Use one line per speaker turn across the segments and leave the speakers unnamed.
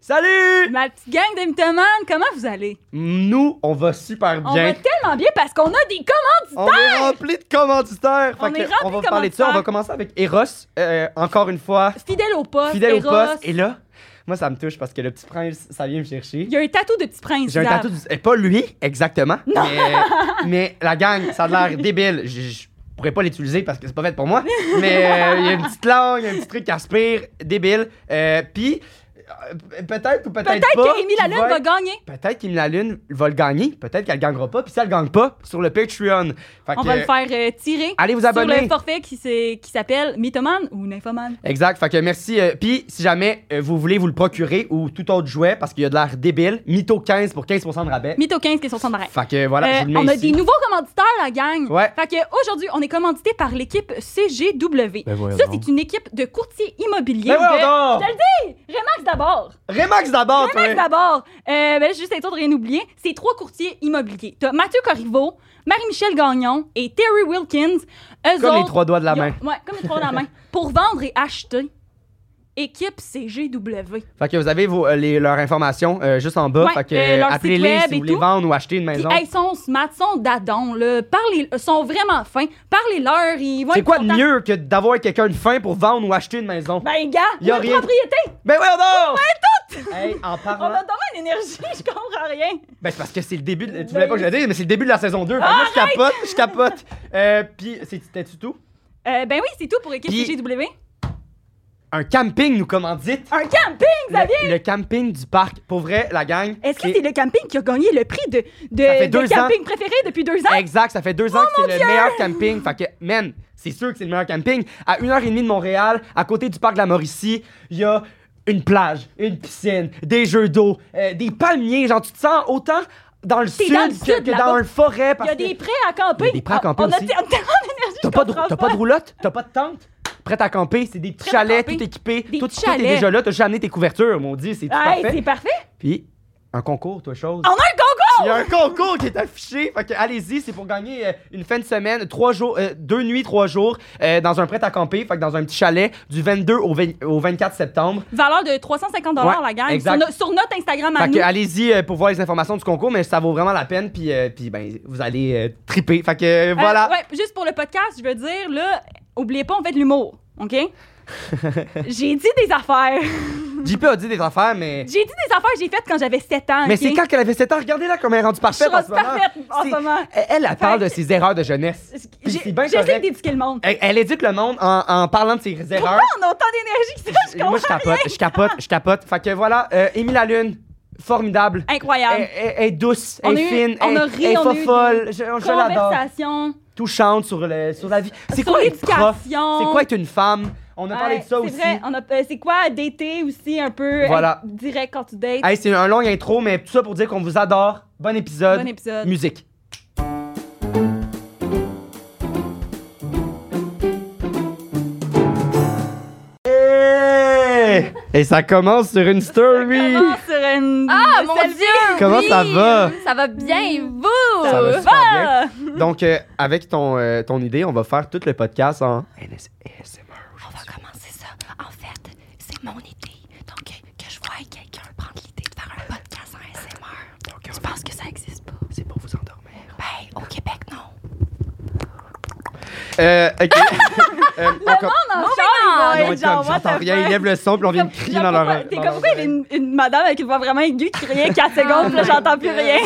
Salut!
Ma petite gang de mythomanes, comment vous allez?
Nous, on va super
On
bien.
va tellement bien parce qu'on a des
On
commandes!
est rempli de commanditaires.
On
Fait
est
que
rempli
on va
de
vous parler de ça. On va
commanditaires.
commencer avec Eros, euh, encore une fois,
Fidèle au poste,
fidèle au
Eros.
poste. Et là, moi, ça me touche parce que le petit prince, ça vient me chercher.
Il y a un tatou de petit prince.
J'ai un
Zab.
tatou. du- eh, Pas lui, exactement. Mais, mais la gang, ça a l'air débile. Je, je pourrais pas l'utiliser parce que c'est pas fait pour moi. Mais euh, il y a une petite langue, il y a un petit truc qui aspire, débile. Euh, Puis, euh, peut-être ou peut-être pas.
Peut-être qu'Émile
qu'il
Lalonde
va
va,
être-
gagner.
Peut-être qu'Émile la Lune va le gagner, peut-être qu'elle le gagnera pas, puis si elle le gagne pas, sur le Patreon. Fait
On
que,
va le faire euh, tirer
Allez vous
sur
abonner.
le forfait qui s'est- qui s'appelle mythomane ou nymphomane.
Exact, fait que merci. euh, puis si jamais euh, vous voulez vous le procurer ou tout autre jouet, parce qu'il y a de l'air débile, Mytho 15 pour 15% de rabais.
Mytho 15 qui est sur son barrette.
Fait que voilà,
Euh,
je vous le mets
on a
ici.
des nouveaux commanditaires, la gang.
Ouais.
Fait que aujourd'hui, on est commandité par l'équipe CGW.
Ben voyons
ça,
donc.
c'est une équipe de courtiers immobiliers.
Ben voyons
de-
donc!
Je te le dis! Remax d'abord!
Remax d'abord, toi!
Remax d'abord! Euh, ben, juste un tour de rien oublier. C'est trois courtiers immobiliers. T'as Mathieu Corriveau, Marie-Michel Gagnon et Terry Wilkins. Eux
Comme les
autres,
trois doigts de la
ils ont-
main.
Ouais, comme les trois de la main. Pour vendre et acheter, équipe CGW.
Fait que vous avez vos, euh, les- leurs informations euh, juste en bas.
Ouais,
fait que
euh, leur site
appelez-les
web
si vous
et
voulez
tout.
vendre ou acheter une
Puis,
maison.
hey, sont smart, sont dadons, là. Parlez, ils sont vraiment fins. Parlez-leur, ils vont
c'est
être
quoi de
contents.
mieux que d'avoir quelqu'un de fin pour vendre ou acheter une maison?
Ben, gars,
Y a
notre
rien. Ah.
propriété,
Ben voyons donc! Hey, en
Ben on a
parlant...
tellement d'énergie, je comprends rien.
Ben, c'est parce que c'est le début. De... Tu
Ben-
voulais pas que je le dise, mais c'est le début de la saison 2. Fait que moi, je capote, je capote. Euh, Puis, c'était tout?
Euh, ben oui, c'est tout pour équipe
Puis-
CGW.
Un camping nous commandite.
Un camping, Xavier!
Le, le camping du parc. Pour vrai, la gang.
Est-ce que
c'est-
c'est le camping qui a gagné le prix de, de,
Ça fait
de
deux
camping préféré depuis deux ans?
Exact, ça fait deux
Oh
ans que c'est le meilleur camping. Fait que, man, c'est sûr que c'est le meilleur camping. À une heure et demie de Montréal, à côté du parc de la Mauricie, il y a une plage, une piscine, des jeux d'eau, euh, des palmiers. Genre, tu te sens autant dans le sud,
dans le
que-
sud,
que,
là-bas.
dans une forêt.
Il
Parce
y a
que
des prêts à camper. Ah,
Il y a des prêts à camper
on, on a
aussi.
t- on a tellement d'énergie,
T'as
je
pas, de,
comprends
t'as pas de roulotte, t'as pas de tente. Prête à camper, c'est des petits chalets,
camper.
tout équipé.
Des
tout,
petits
tout est
chalets.
déjà là, t'as juste amené tes couvertures, mon dit, c'est Oh! tout
Hey,
parfait.
c'est parfait.
Puis, un concours, toi, chose.
On a un concours!
Il y a un concours qui est affiché, fait que allez-y, c'est pour gagner euh, une fin de semaine, trois jours, euh, deux nuits, trois jours, euh, dans un prêt à camper, fait que dans un petit chalet, du 22 au, 20 au 24 septembre.
Valeur de 350
Ouais,
la gang.
exact.
Sur, no- sur notre Instagram à
Fait
nous.
que allez-y euh, pour voir les informations du concours, mais ça vaut vraiment la peine, puis, euh, puis ben, vous allez euh, triper, fait que euh,
Euh,
voilà.
ouais, juste pour le podcast, je veux dire, là, oubliez pas, on fait de l'humour, OK? j'ai dit des affaires.
JP a dit des affaires, mais...
J'ai dit des affaires que j'ai faites quand j'avais 7 ans.
Mais
OK?
c'est quand qu'elle avait 7 ans, regardez là comme elle est rendue
Je suis
parfaite en ce
rendue
moment.
parfaite en
C'est-
ce moment.
Elle, elle, elle parle de ses erreurs de jeunesse. Puis
J'ai-
c'est bien
J'essaie
correct.
d'éduquer le monde.
Elle, elle éduque le monde en, en parlant de ses erreurs. Euh,
Pourquoi on a autant d'énergie que ça? Je
Moi, je
comprends.
capote, je capote, je capote. Fait que voilà, euh, Émile la Lune, formidable.
Incroyable.
Elle, elle- elle est douce,
On
elle est
a eu-
fine,
on
elle,
a ri,
elle est
on a eu des
folle. Je, je l'adore.
Conversation.
Touchante sur, le, sur la vie. C'est
Sur
quoi être prof? C'est
l'éducation.
quoi être une femme? On a parlé de ça
Ouais,
aussi.
C'est vrai, on a- euh, c'est quoi dater aussi un peu
Voilà.
être direct quand tu dates.
Hey, c'est un long intro, mais tout ça pour dire qu'on vous adore. Bon épisode.
Bon épisode.
Musique. Hey! Et ça commence sur une story.
Comment sur une
Ah,
une
mon
selfie?
Dieu!
Comment
oui!
ça va?
Ça va bien, et vous?
Ça va super bien.
Ah!
Donc, euh, avec ton, euh, ton idée, on va faire tout le podcast en NS ASMR.
On va commencer ça. En fait, c'est mon idée. Donc, que je vois quelqu'un prendre l'idée de faire un podcast en ASMR.
Donc,
Je pense que ça n'existe pas.
c'est pour vous endormir.
Ben, au Québec, non.
Euh, OK. Euh, on com-
Non,
Mauvais
Ah, genre,
langue.
Ils vont
ouais,
être comme,
genre, what
J'entends
the
rien,
fuck.
ils lèvent le son, puis on vient de
Comme-
crier
genre,
dans leur
pourquoi- T'es
dans
comme
leur
pourquoi il y avait une, une madame avec une voix vraiment aiguë qui riait 4 secondes,
Ah,
puis là,
my
j'entends plus
God.
rien.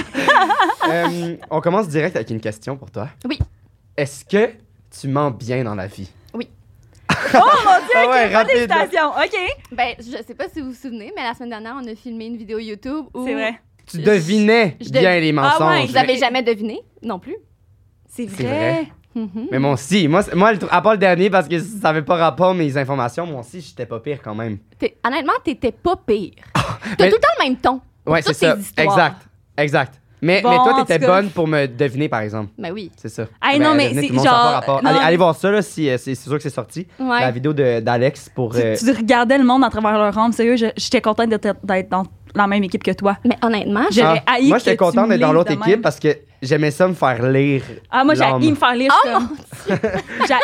Euh, on commence direct avec une question pour toi.
Oui.
Est-ce que tu mens bien dans la vie?
Oui.
oh mon dieu! ouais, rapide. là.
Félicitations, OK.
Ben, je sais pas si vous vous souvenez, mais la semaine dernière, on a filmé une vidéo YouTube où.
C'est vrai.
Tu devinais
Je
bien les
devine.
Ah ouais,
mensonges.
Vous avez jamais deviné non plus.
C'est
C'est
vrai.
vrai.
Mhm.
Mais mon si, moi, c'est- moi le tr- à part le dernier, parce que ça avait pas rapport mes informations, mon si, j'étais pas pire quand même.
T'es- Honnêtement, t'étais pas pire. T'as
Ah, mais-
tout le temps le même ton. pour
Ouais, c'est
toutes
ça.
tes histoires.
Exact. Exact. Mais,
Bon,
mais
en
toi,
tout
t'étais
cas-
bonne pour me deviner, par exemple.
Ben oui.
C'est ça.
Ah, non, mais
devenez,
c'est
tout le monde, ça a
genre-
pas rapport.
non,
Allez,
mais-
allez voir ça, là, si, euh, c'est c'est sûr que c'est sorti.
Ouais.
La vidéo de- d'Alex pour. euh,
Tu, tu regardais le monde à travers leur âme. Sérieux, je- j'étais contente d'être d'être dans la même équipe que toi.
Mais honnêtement, je-
J'aurais haï
Ah, Moi,
que
j'étais
tu
content
me
d'être dans
lises
l'autre
de même.
équipe parce que J'aimais ça me faire lire.
Ah, moi, j'ai
l'âme.
haï me faire lire ça.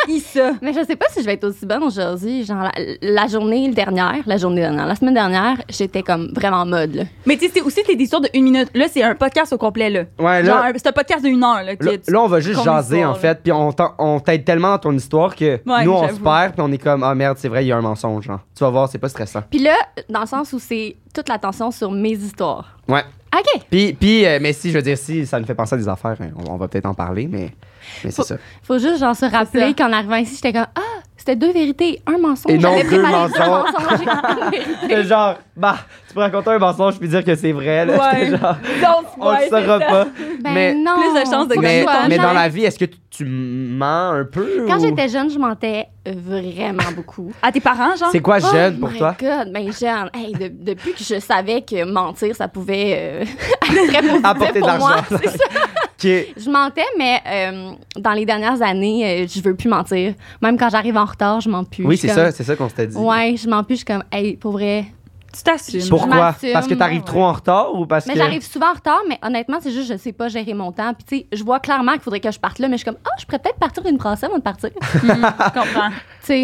J'ai ça.
Mais je sais pas si je vais être aussi bonne aujourd'hui. Genre, la, la journée dernière, la journée dernière, la semaine dernière, j'étais comme vraiment en mode, là.
Mais tu sais, c'est aussi des histoires de une minute. Là, c'est un podcast au complet, là.
Ouais,
Genre,
là,
un- c'est un podcast de une heure, là. que
là,
tu-
là, on va juste
ton
jaser,
histoire,
en fait, puis on t'en- on t'aide tellement dans ton histoire que
Ouais,
nous, on se
j'avoue.
perd, puis on est comme, ah merde, c'est vrai, il y a un mensonge, genre. Tu vas voir, c'est pas stressant.
Puis là, dans le sens où c'est toute l'attention sur mes histoires.
Ouais.
OK.
Puis, puis euh, mais si, je veux dire, si ça nous fait penser à des affaires, hein, on, on va peut-être en parler, mais, mais c'est
Faut-
ça.
Faut juste, genre, se rappeler
ça.
qu'en arrivant ici, j'étais comme, ah, c'était deux vérités, un mensonge.
Et non
J'avais
deux
préparé
mensonges.
mensonges.
C'est genre, bah, tu peux raconter un mensonge puis dire que c'est vrai, là.
Ouais.
J'étais genre,
Donc,
on
ouais,
le saura
c'est ça.
pas.
ben
Mais-
non.
Plus de chances de
Faut que
Mais,
je sois
mais dans
honnête.
la vie, est-ce que tu, tu mens un peu?
Quand
ou-
j'étais jeune, je mentais vraiment beaucoup.
À tes parents, genre?
C'est quoi jeune
oh
pour
my
toi?
God, ben jeune. Hey, de- depuis que je savais que mentir, ça pouvait euh, être très positif
Apporter de
pour moi.
l'argent.
c'est ça.
Qui-
Je mentais, mais euh, dans les dernières années, euh, je veux plus mentir. Même quand j'arrive en retard, je mens plus.
Oui,
Je suis
c'est
comme-
ça, c'est ça qu'on s'était dit.
Ouais, je mens plus. Je suis comme, hey, pour vrai.
Tu t'assumes.
Pour-
Pourquoi?
m'assume,
Parce que t'arrives
ouais,
trop en retard ou parce
Mais
que.
j'arrive souvent en retard, mais honnêtement, c'est juste, je sais pas gérer mon temps. Puis tu sais, je vois clairement qu'il faudrait que je parte là, mais je suis comme, ah, je pourrais peut-être partir d'une brassée avant de partir. tu
Je comprends.
sais.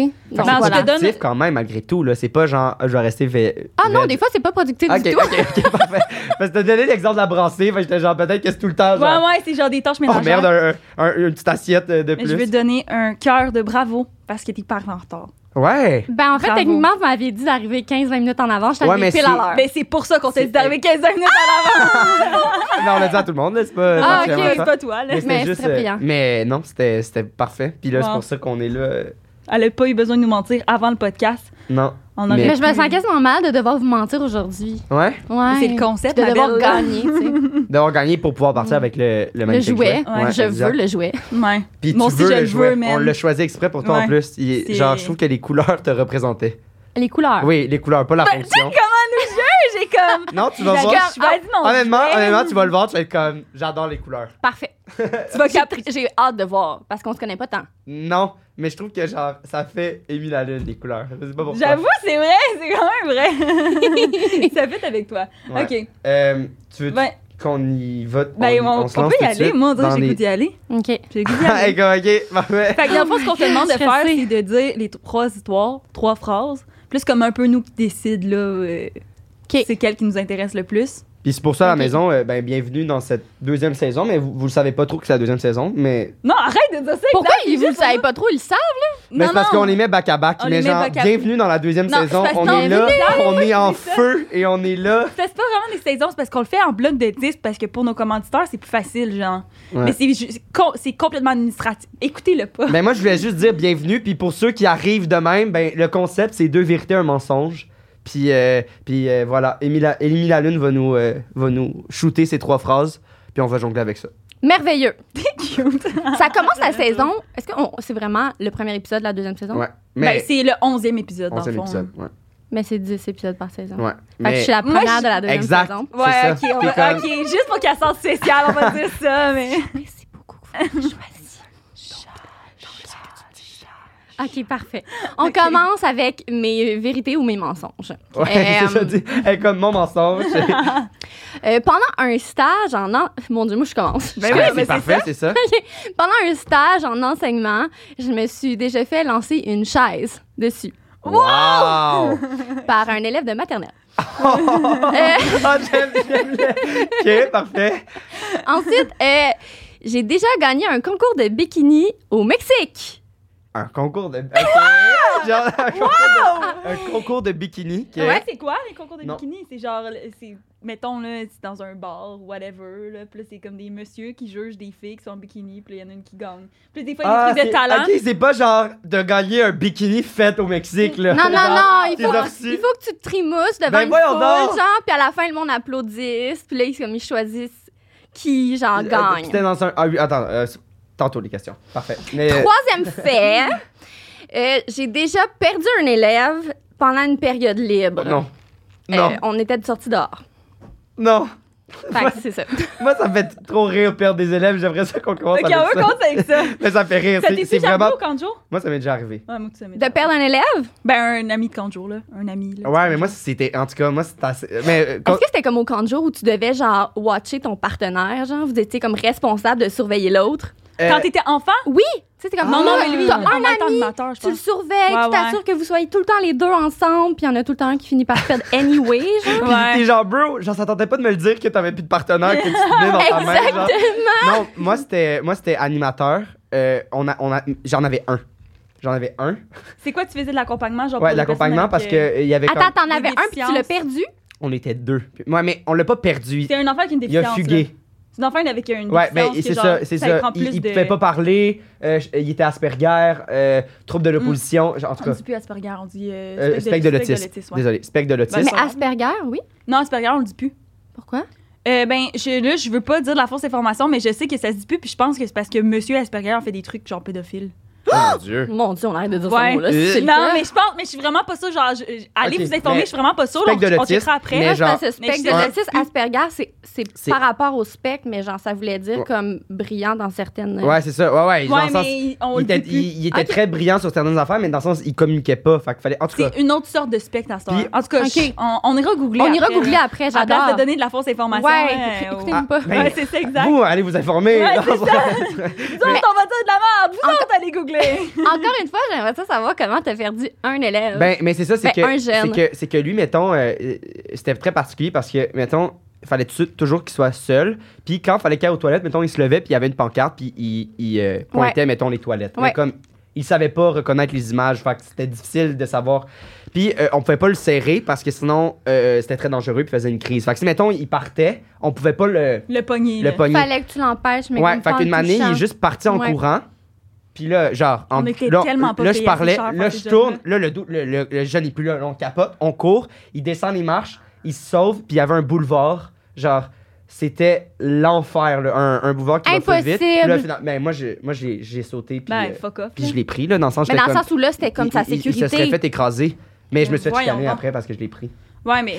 Enfin,
Donc,
c'est
Non, je
voilà.
te donne-
productif quand même, malgré tout. là. C'est pas genre, je vais rester fait.
Ah non, des fois, c'est pas productif
Ok,
du tout.
ok, ok, parfait. Parce que t'as donné l'exemple de la brassée, fait que j'étais genre, peut-être que c'est tout le temps. Genre,
Ouais, ouais, c'est genre des torches
oh
ménagères.
merde, un- un- une petite assiette euh, de
Mais je vais
plus.
te donner un cœur de bravo parce que t'es pas arrivé en retard.
Ouais.
Ben, en fait,
Bravo.
techniquement, vous m'aviez dit d'arriver 15-20 minutes en avance. Je
Ouais,
suis
mais
arrivée pile
c'est-
à l'heure.
Ben, c'est pour ça qu'on
C'est-
s'est dit d'arriver 15 minutes à l'avant.
Non, on l'a dit à tout le monde, là, c'est pas.
Ah,
pas
ok,
vraiment
c'est
ça.
pas toi, là.
Mais c'était
Mais
juste.
c'est
euh,
payant.
mais non, c'était c'était parfait. Puis là, c'est
Wow.
pour ça qu'on est là. euh,
Elle a pas eu besoin de nous mentir avant le podcast.
Non.
On
Mais-
aurait
Mais je me
pu-
sens quasiment mal de devoir vous mentir aujourd'hui.
Ouais.
Ouais.
C'est le concept,
De
ma
devoir
belle.
gagner, tu sais.
D'avoir gagné pour pouvoir partir avec le le
Mm. Le
magnifique
jouet.
Ouais,
je
exact.
veux le jouet.
Ouais.
Puis
Moi
tu
aussi,
veux
je
le
le
jouet.
veux, man.
On l'a choisi exprès pour toi en
Ouais.
plus. Il est-
C'est- Ah.
genre, je trouve que les couleurs te représentaient.
Les couleurs.
Oui, les couleurs,
Bah,
pas la fonction.
J'ai comme.
Non, tu vas
J'ai
voir.
comme- Vas-y, mon
Honnêtement,
jouet.
honnêtement, tu vas le voir, tu vas être comme, j'adore les couleurs.
Parfait.
Tu vas
J'ai-
capter.
J'ai hâte de voir parce qu'on se connaît pas tant.
Non, mais je trouve que genre, ça fait Émile la lune, les couleurs. Je sais pas pourquoi.
J'avoue, c'est vrai, c'est quand même vrai. ça fait avec toi.
Ouais.
Ok.
Euh, tu veux
Ben,
qu'on y vote?
ben, on,
on se
on
lance
peut y
tout de
aller.
suite
Moi, on
dans
dirait que j'ai
les-
goût d'y aller.
OK.
J'ai goût d'y
Ah,
aller.
ok, parfait.
Fait que dans le fond, ce qu'on te demande de faire,
stressée.
c'est de dire les t- trois histoires, trois phrases, plus comme un peu nous qui décide là, euh, c'est quelle qui nous intéresse le plus.
Puis c'est pour ça, à
Ok.
la maison, euh, ben, bienvenue dans cette deuxième saison, mais vous, vous le savez pas trop que c'est la deuxième saison, mais,
Non, arrête de dire ça.
Pourquoi
Xav,
ils vous le savent pas trop, ils le savent?
mais
Non,
c'est parce
non.
qu'on les met back à back,
On
mais
les met
genre,
back à-
bienvenue dans la deuxième
Non,
saison,
c'est parce
on
qu'on
est
est
là, on est en
c'est ça.
feu et on est là.
C'est pas vraiment des saisons, c'est parce qu'on le fait en bloc de 10 parce que pour nos commanditeurs, c'est plus facile, genre.
Ouais.
Mais c'est ju- c'est com- c'est complètement administratif. Écoutez-le pas.
Ben moi, je voulais juste dire bienvenue. Puis pour ceux qui arrivent de même, ben le concept, c'est deux vérités, un mensonge. Puis, euh, puis euh, voilà, Émile la- Émile la Lune va nous, euh, va nous shooter ces trois phrases. Puis on va jongler avec ça.
Merveilleux.
Cute.
Ça commence la saison. Est-ce que on- c'est vraiment le premier épisode de la deuxième saison?
Ouais.
Ben,
Mais
c'est le 11e épisode, dans le
onzième
fond.
épisode. Ouais.
Mais c'est 10 épisodes par saison.
ouais.
Fait que je
Mais
suis la
Moi,
première
je-
de la deuxième
exact.
saison.
C'est ça.
Ouais, ok, on
T'es
va-
comme-
ok, juste pour qu'elle sorte spéciale, on va dire ça, mais.
Ah, Merci beaucoup que vous m'ayez choisi. OK, parfait. On commence avec mes vérités ou mes mensonges.
Ouais,
Euh,
c'est ça, dis- Elle est comme mon mensonge.
Ben
Euh, pendant un stage en... en- Mon Dieu, moi, je commence.
Ben
Ouais,
oui, mais
c'est
c'est
parfait, c'est ça.
Pendant un stage en enseignement, je me suis déjà fait lancer une chaise dessus
Wow!
par un élève de maternelle.
Ah, j'aime, j'aime le- Ok, parfait.
Ensuite, euh, j'ai déjà gagné un concours de bikini au Mexique.
Un concours de. ok. Genre, un, concours de... un concours de bikini. ok.
Ah! Ouais, c'est quoi les concours de
Non.
bikini? C'est genre, le- c'est, mettons, là, c'est dans un bar, whatever, là, puis là, c'est comme des messieurs qui jugent des filles qui sont en bikini, puis il y en a une qui gagne. Puis des fois, il y a
Ah,
des trucs de
c'est-
talent.
Ok, c'est pas genre de gagner un bikini fait au Mexique, là.
Non, non, non, il
c'est
faut,
merci.
il faut que tu te trimousses devant
Ben
une
voyons
foule,
donc.
genre, puis à la fin, le monde applaudisse, puis là, ils, comme, ils choisissent qui, genre,
Euh,
gagne.
C'était dans un. Ah oui, attends, euh, c'est- tantôt les questions. Parfait. Mais.
Troisième fait, euh, j'ai déjà perdu un élève pendant une période libre.
Non.
Euh,
Non.
on était de sortie dehors.
Non.
Fait que c'est ça.
Moi, ça me fait trop rire perdre des élèves. J'aimerais ça qu'on commence
Ok,
avec
on
ça.
veut qu'on avec ça.
Mais ça me fait rire.
Ça
C'est- C'est
t'est-tu
vraiment.
Jarbo ou Kanjo?
Moi, ça m'est déjà arrivé.
Ouais, moi, tu sais, mais-
De perdre un élève?
Ben, un ami de Kanjo, là. Un ami, là.
Ouais, mais moi, c'était. En tout cas, moi, c'était assez. Mais. euh, quand-
Est-ce que c'était comme au camp de jour où tu devais, genre, watcher ton partenaire, genre? Vous étiez comme responsable de surveiller l'autre?
euh,
Quand t'étais enfant?
Oui! Tu sais, c'est comme,
Non, non,
Ah,
mais lui,
t'as
on a
un
le temps
ami,
de mateur, je
tu le
pense.
surveilles,
Ouais,
tu t'assures que vous soyez tout le temps les deux ensemble, puis il y en a tout le temps un qui finit par perdre anyway, genre.
Puis
Ouais.
t'es genre, bro, genre, ça tentait pas de me le dire que t'avais plus de partenaire, que tu tenais dans ta main. genre. Non, moi, c'était, moi, c'était animateur. Euh, on a, on a, j'en avais un. J'en avais un.
C'est quoi, tu faisais de l'accompagnement? Genre, pour
Ouais,
les
l'accompagnement parce
personnes
que
avec,
euh, il y avait
Attends,
comme,
t'en
des
avais un, puis tu l'as
déficiences.
perdu?
on était deux. Puis- Ouais, mais on l'a pas perdu.
euh, C'est un enfant qui a une
Il
déficience.
a fugué.
là. C'est un enfant avec une
Ouais, mais
déficience. qui est
c'est
genre-
ça, c'est
lui
ça.
prend
Il,
plus
il
de-
pouvait pas parler. euh, je- il était Asperger, euh, trouble de
Mm.
l'opposition, genre, en tout
On
cas,
dit plus Asperger, on dit... euh,
euh, spectre de l'autisme.
ouais.
Désolé, spectre de l'autisme.
Ben,
Mais
ça.
Asperger, oui.
Non, Asperger, on le dit plus.
Pourquoi?
Euh, ben, je, là, je veux pas dire de la fausse information, mais je sais que ça se dit plus, puis je pense que c'est parce que Monsieur Asperger fait des trucs genre pédophiles.
Mon Dieu.
Mon Dieu, on arrête de dire
Ouais.
ce mot-là. si
Euh,
c'est le
Non,
cas.
mais je pense, mais je suis vraiment pas sûre. Genre, je- je- allez
Ok,
vous informer,
mais-
je suis vraiment pas sûre.
Spectre de
on, on
l'autisme,
checkera après.
mais-
Moi,
genre-
je pensais
mais je
spectre de
sais-
l'autisme, Asperger, c'est- c'est
C'est-
par rapport au spectre, mais genre, ça voulait dire
Ouais.
comme brillant dans certaines.
Ouais, c'est ça. Ouais, ouais.
Ouais,
dans le sens-
mais on
il
le
était,
dit plus.
il- il était
Ok.
très brillant sur certaines affaires, mais dans le sens, il communiquait pas. Fait qu'il fallait. En tout cas,
C'est une autre sorte de spectre à ce
Puis-
temps. En tout cas,
Ok.
je- on, on ira googler.
On ira
après,
googler
là.
après,
À place
j'adore.
de donner de la fausse information.
Ouais,
hein,
écoutez
au-
Ah,
nous pas.
ben,
Ouais, c'est ça, exact.
vous, allez vous informer.
Ouais, c'est
Non,
Nous autres, on va dire de la merde. Vous autres, allez googler.
Encore une fois, j'aimerais ça savoir comment t'as perdu un élève.
Ben, mais c'est ça, c'est
Ben, un
que, c'est
gène.
que c'est que lui, mettons, euh, euh, c'était très particulier parce que, mettons, fallait tout- toujours qu'il soit seul. Puis quand fallait qu'il aille aux toilettes, mettons, il se levait, puis il y avait une pancarte, puis il, il, euh, pointait, mettons, les toilettes. Mais
Ouais.
comme il savait pas reconnaître les images, fait que c'était difficile de savoir. Puis euh, on pouvait pas le serrer parce que sinon, euh, c'était très dangereux, puis il faisait une crise. Fait que si, mettons, il partait, on pouvait pas le,
Le pogné.
le
là.
pogner.
Fallait que tu l'empêches, mais
Ouais,
comme
fait
pas en
qu'une année, il
touchant.
est juste parti en
Ouais.
courant. Puis là, genre, en-
On était
là,
tellement pas
là, je
payés assez
parlais,
cher
là,
pour
je
ces
tourne, là, le, dou- le, le- le jeune est plus là, là, on capote, on court, il descend les marches, il se sauve, puis il y avait un boulevard, genre, c'était l'enfer, là, un, un boulevard qui va pas vite.
Impossible.
Puis là, finalement- mais moi, je- moi, j'ai j'ai sauté, puis,
Ben,
euh,
fuck off.
puis je l'ai pris, là, dans le sens,
Mais
j'étais
dans le
comme-
sens où là, c'était comme
il-
sa
il- Il se
sécurité.
serait fait écraser, mais je me suis fait
Ben, Voyons
chicaner
donc.
après parce que je l'ai pris.
Ouais, mais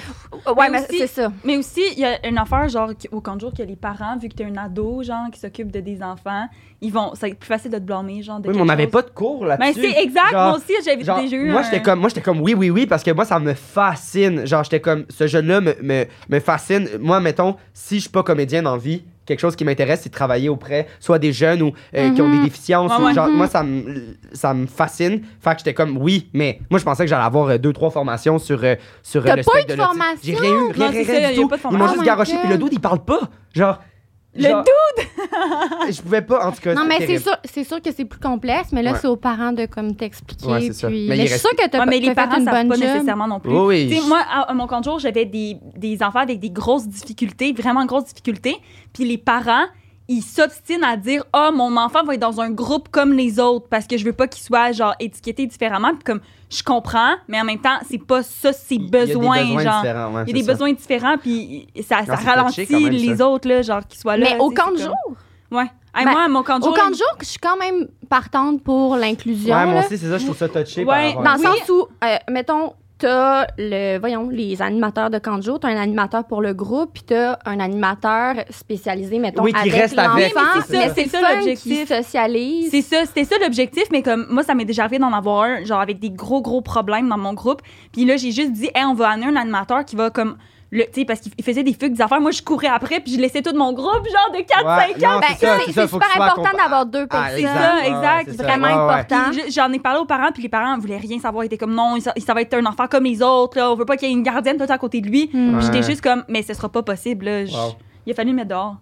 Mais
Ouais, mais
aussi-
c'est ça.
Mais aussi, il y a une affaire, genre, qui- au camp de jour, que les parents, vu que t'es un ado, genre, qui s'occupe de des enfants, ils vont. C'est plus facile de te blâmer, genre, de.
Oui, mais on
quelque
n'avait
chose.
pas de cours là-dessus.
Ben, c'est exact.
Genre,
moi aussi, j'avais
Genre,
déjà eu.
moi
un-
j'étais comme moi j'étais comme oui oui oui parce que moi ça me fascine genre j'étais comme ce jeune là me, me, me fascine moi mettons si je suis pas comédien en vie quelque chose qui m'intéresse c'est de travailler auprès soit des jeunes ou euh, qui ont des
Mhm.
déficiences
Ouais,
ou
ouais.
genre moi ça me ça me fascine fait que j'étais comme oui mais moi je pensais que j'allais avoir euh, deux trois formations sur euh, sur euh,
T'as
le
pas
spectre
eu de
l'autisme.
formation?
j'ai rien eu rien,
Non,
rien,
c'est
rien
ça,
du
y a
tout
pas de
ils m'ont
formation.
Oh
juste
my
garoché puis le
God.
dude il parle pas genre dude
Le
je pouvais pas en tout cas
Non, mais c'est
terrible.
sûr, c'est sûr que c'est plus complexe, mais là,
Ouais.
c'est aux parents de comme t'expliquer.
Ouais, c'est ça.
puis-
Mais
Mais,
il
je suis
reste-
sûre que t'as
Ouais,
pas
mais les
t'as
parents
fait une
savent
bonne
pas
job.
nécessairement non plus.
Oui, oui,
Tu sais,
je-
moi, à, à mon camp de jour, j'avais des, des enfants avec des grosses difficultés, vraiment grosses difficultés. Puis les parents, ils s'obstinent à dire Ah, mon enfant va être dans un groupe comme les autres parce que je veux pas qu'il soit genre étiqueté différemment. Puis comme, je comprends, mais en même temps, c'est pas ça ses
Il y a des
besoins, genre.
différents, ouais,
Il y a
c'est
des
ça.
besoins différents, puis ça, ça
c'est touché
ralentit
quand même, ça.
les autres, là, genre, qu'ils soient là.
Mais au
tu sais,
camp de
c'est
jour,
comme- Ouais. Hey,
Ben,
moi, à mon camp de
au
jour.
camp de jour, je suis quand même partante pour l'inclusion.
Ouais, moi
là.
aussi, c'est ça, je trouve ça touché.
Ouais,
par rapport à
Dans
ça.
le sens où, euh, mettons, t'as le, voyons, les animateurs de camp de jour, t'as un animateur pour le groupe, puis t'as un animateur spécialisé, mettons,
Oui, qui
avec
reste
l'enfant.
avec,
Oui, mais c'est ça,
Mais
c'est
c'est le
ça
fun
l'objectif.
qui socialise.
C'est ça, c'était ça l'objectif, mais comme moi, ça m'est déjà arrivé d'en avoir un, genre avec des gros, gros problèmes dans mon groupe. Puis là, j'ai juste dit, hey, on va amener un animateur qui va comme. le- Tu sais, parce qu'il il faisait des fugues, des affaires. Moi, je courais après, puis je laissais tout mon groupe, genre de 4-5
Ouais, non,
ans.
Ben,
c'est ça,
c'est-
c'est ça,
c'est
faut que tu sois
super important
compa-
d'avoir
Ah,
deux personnes.
ça, exact,
c'est ça.
Vraiment
Ouais, ouais, ouais.
important.
Puis je- J'en ai parlé aux parents, puis les parents voulaient rien savoir. Ils étaient comme, non, ça, ça va être un enfant comme les autres, là, on veut pas qu'il y ait une gardienne tout à côté de lui.
Hmm.
Puis j'étais
Ouais.
juste comme, mais ce sera pas possible, là. Je-
Wow.
Il a fallu le mettre dehors.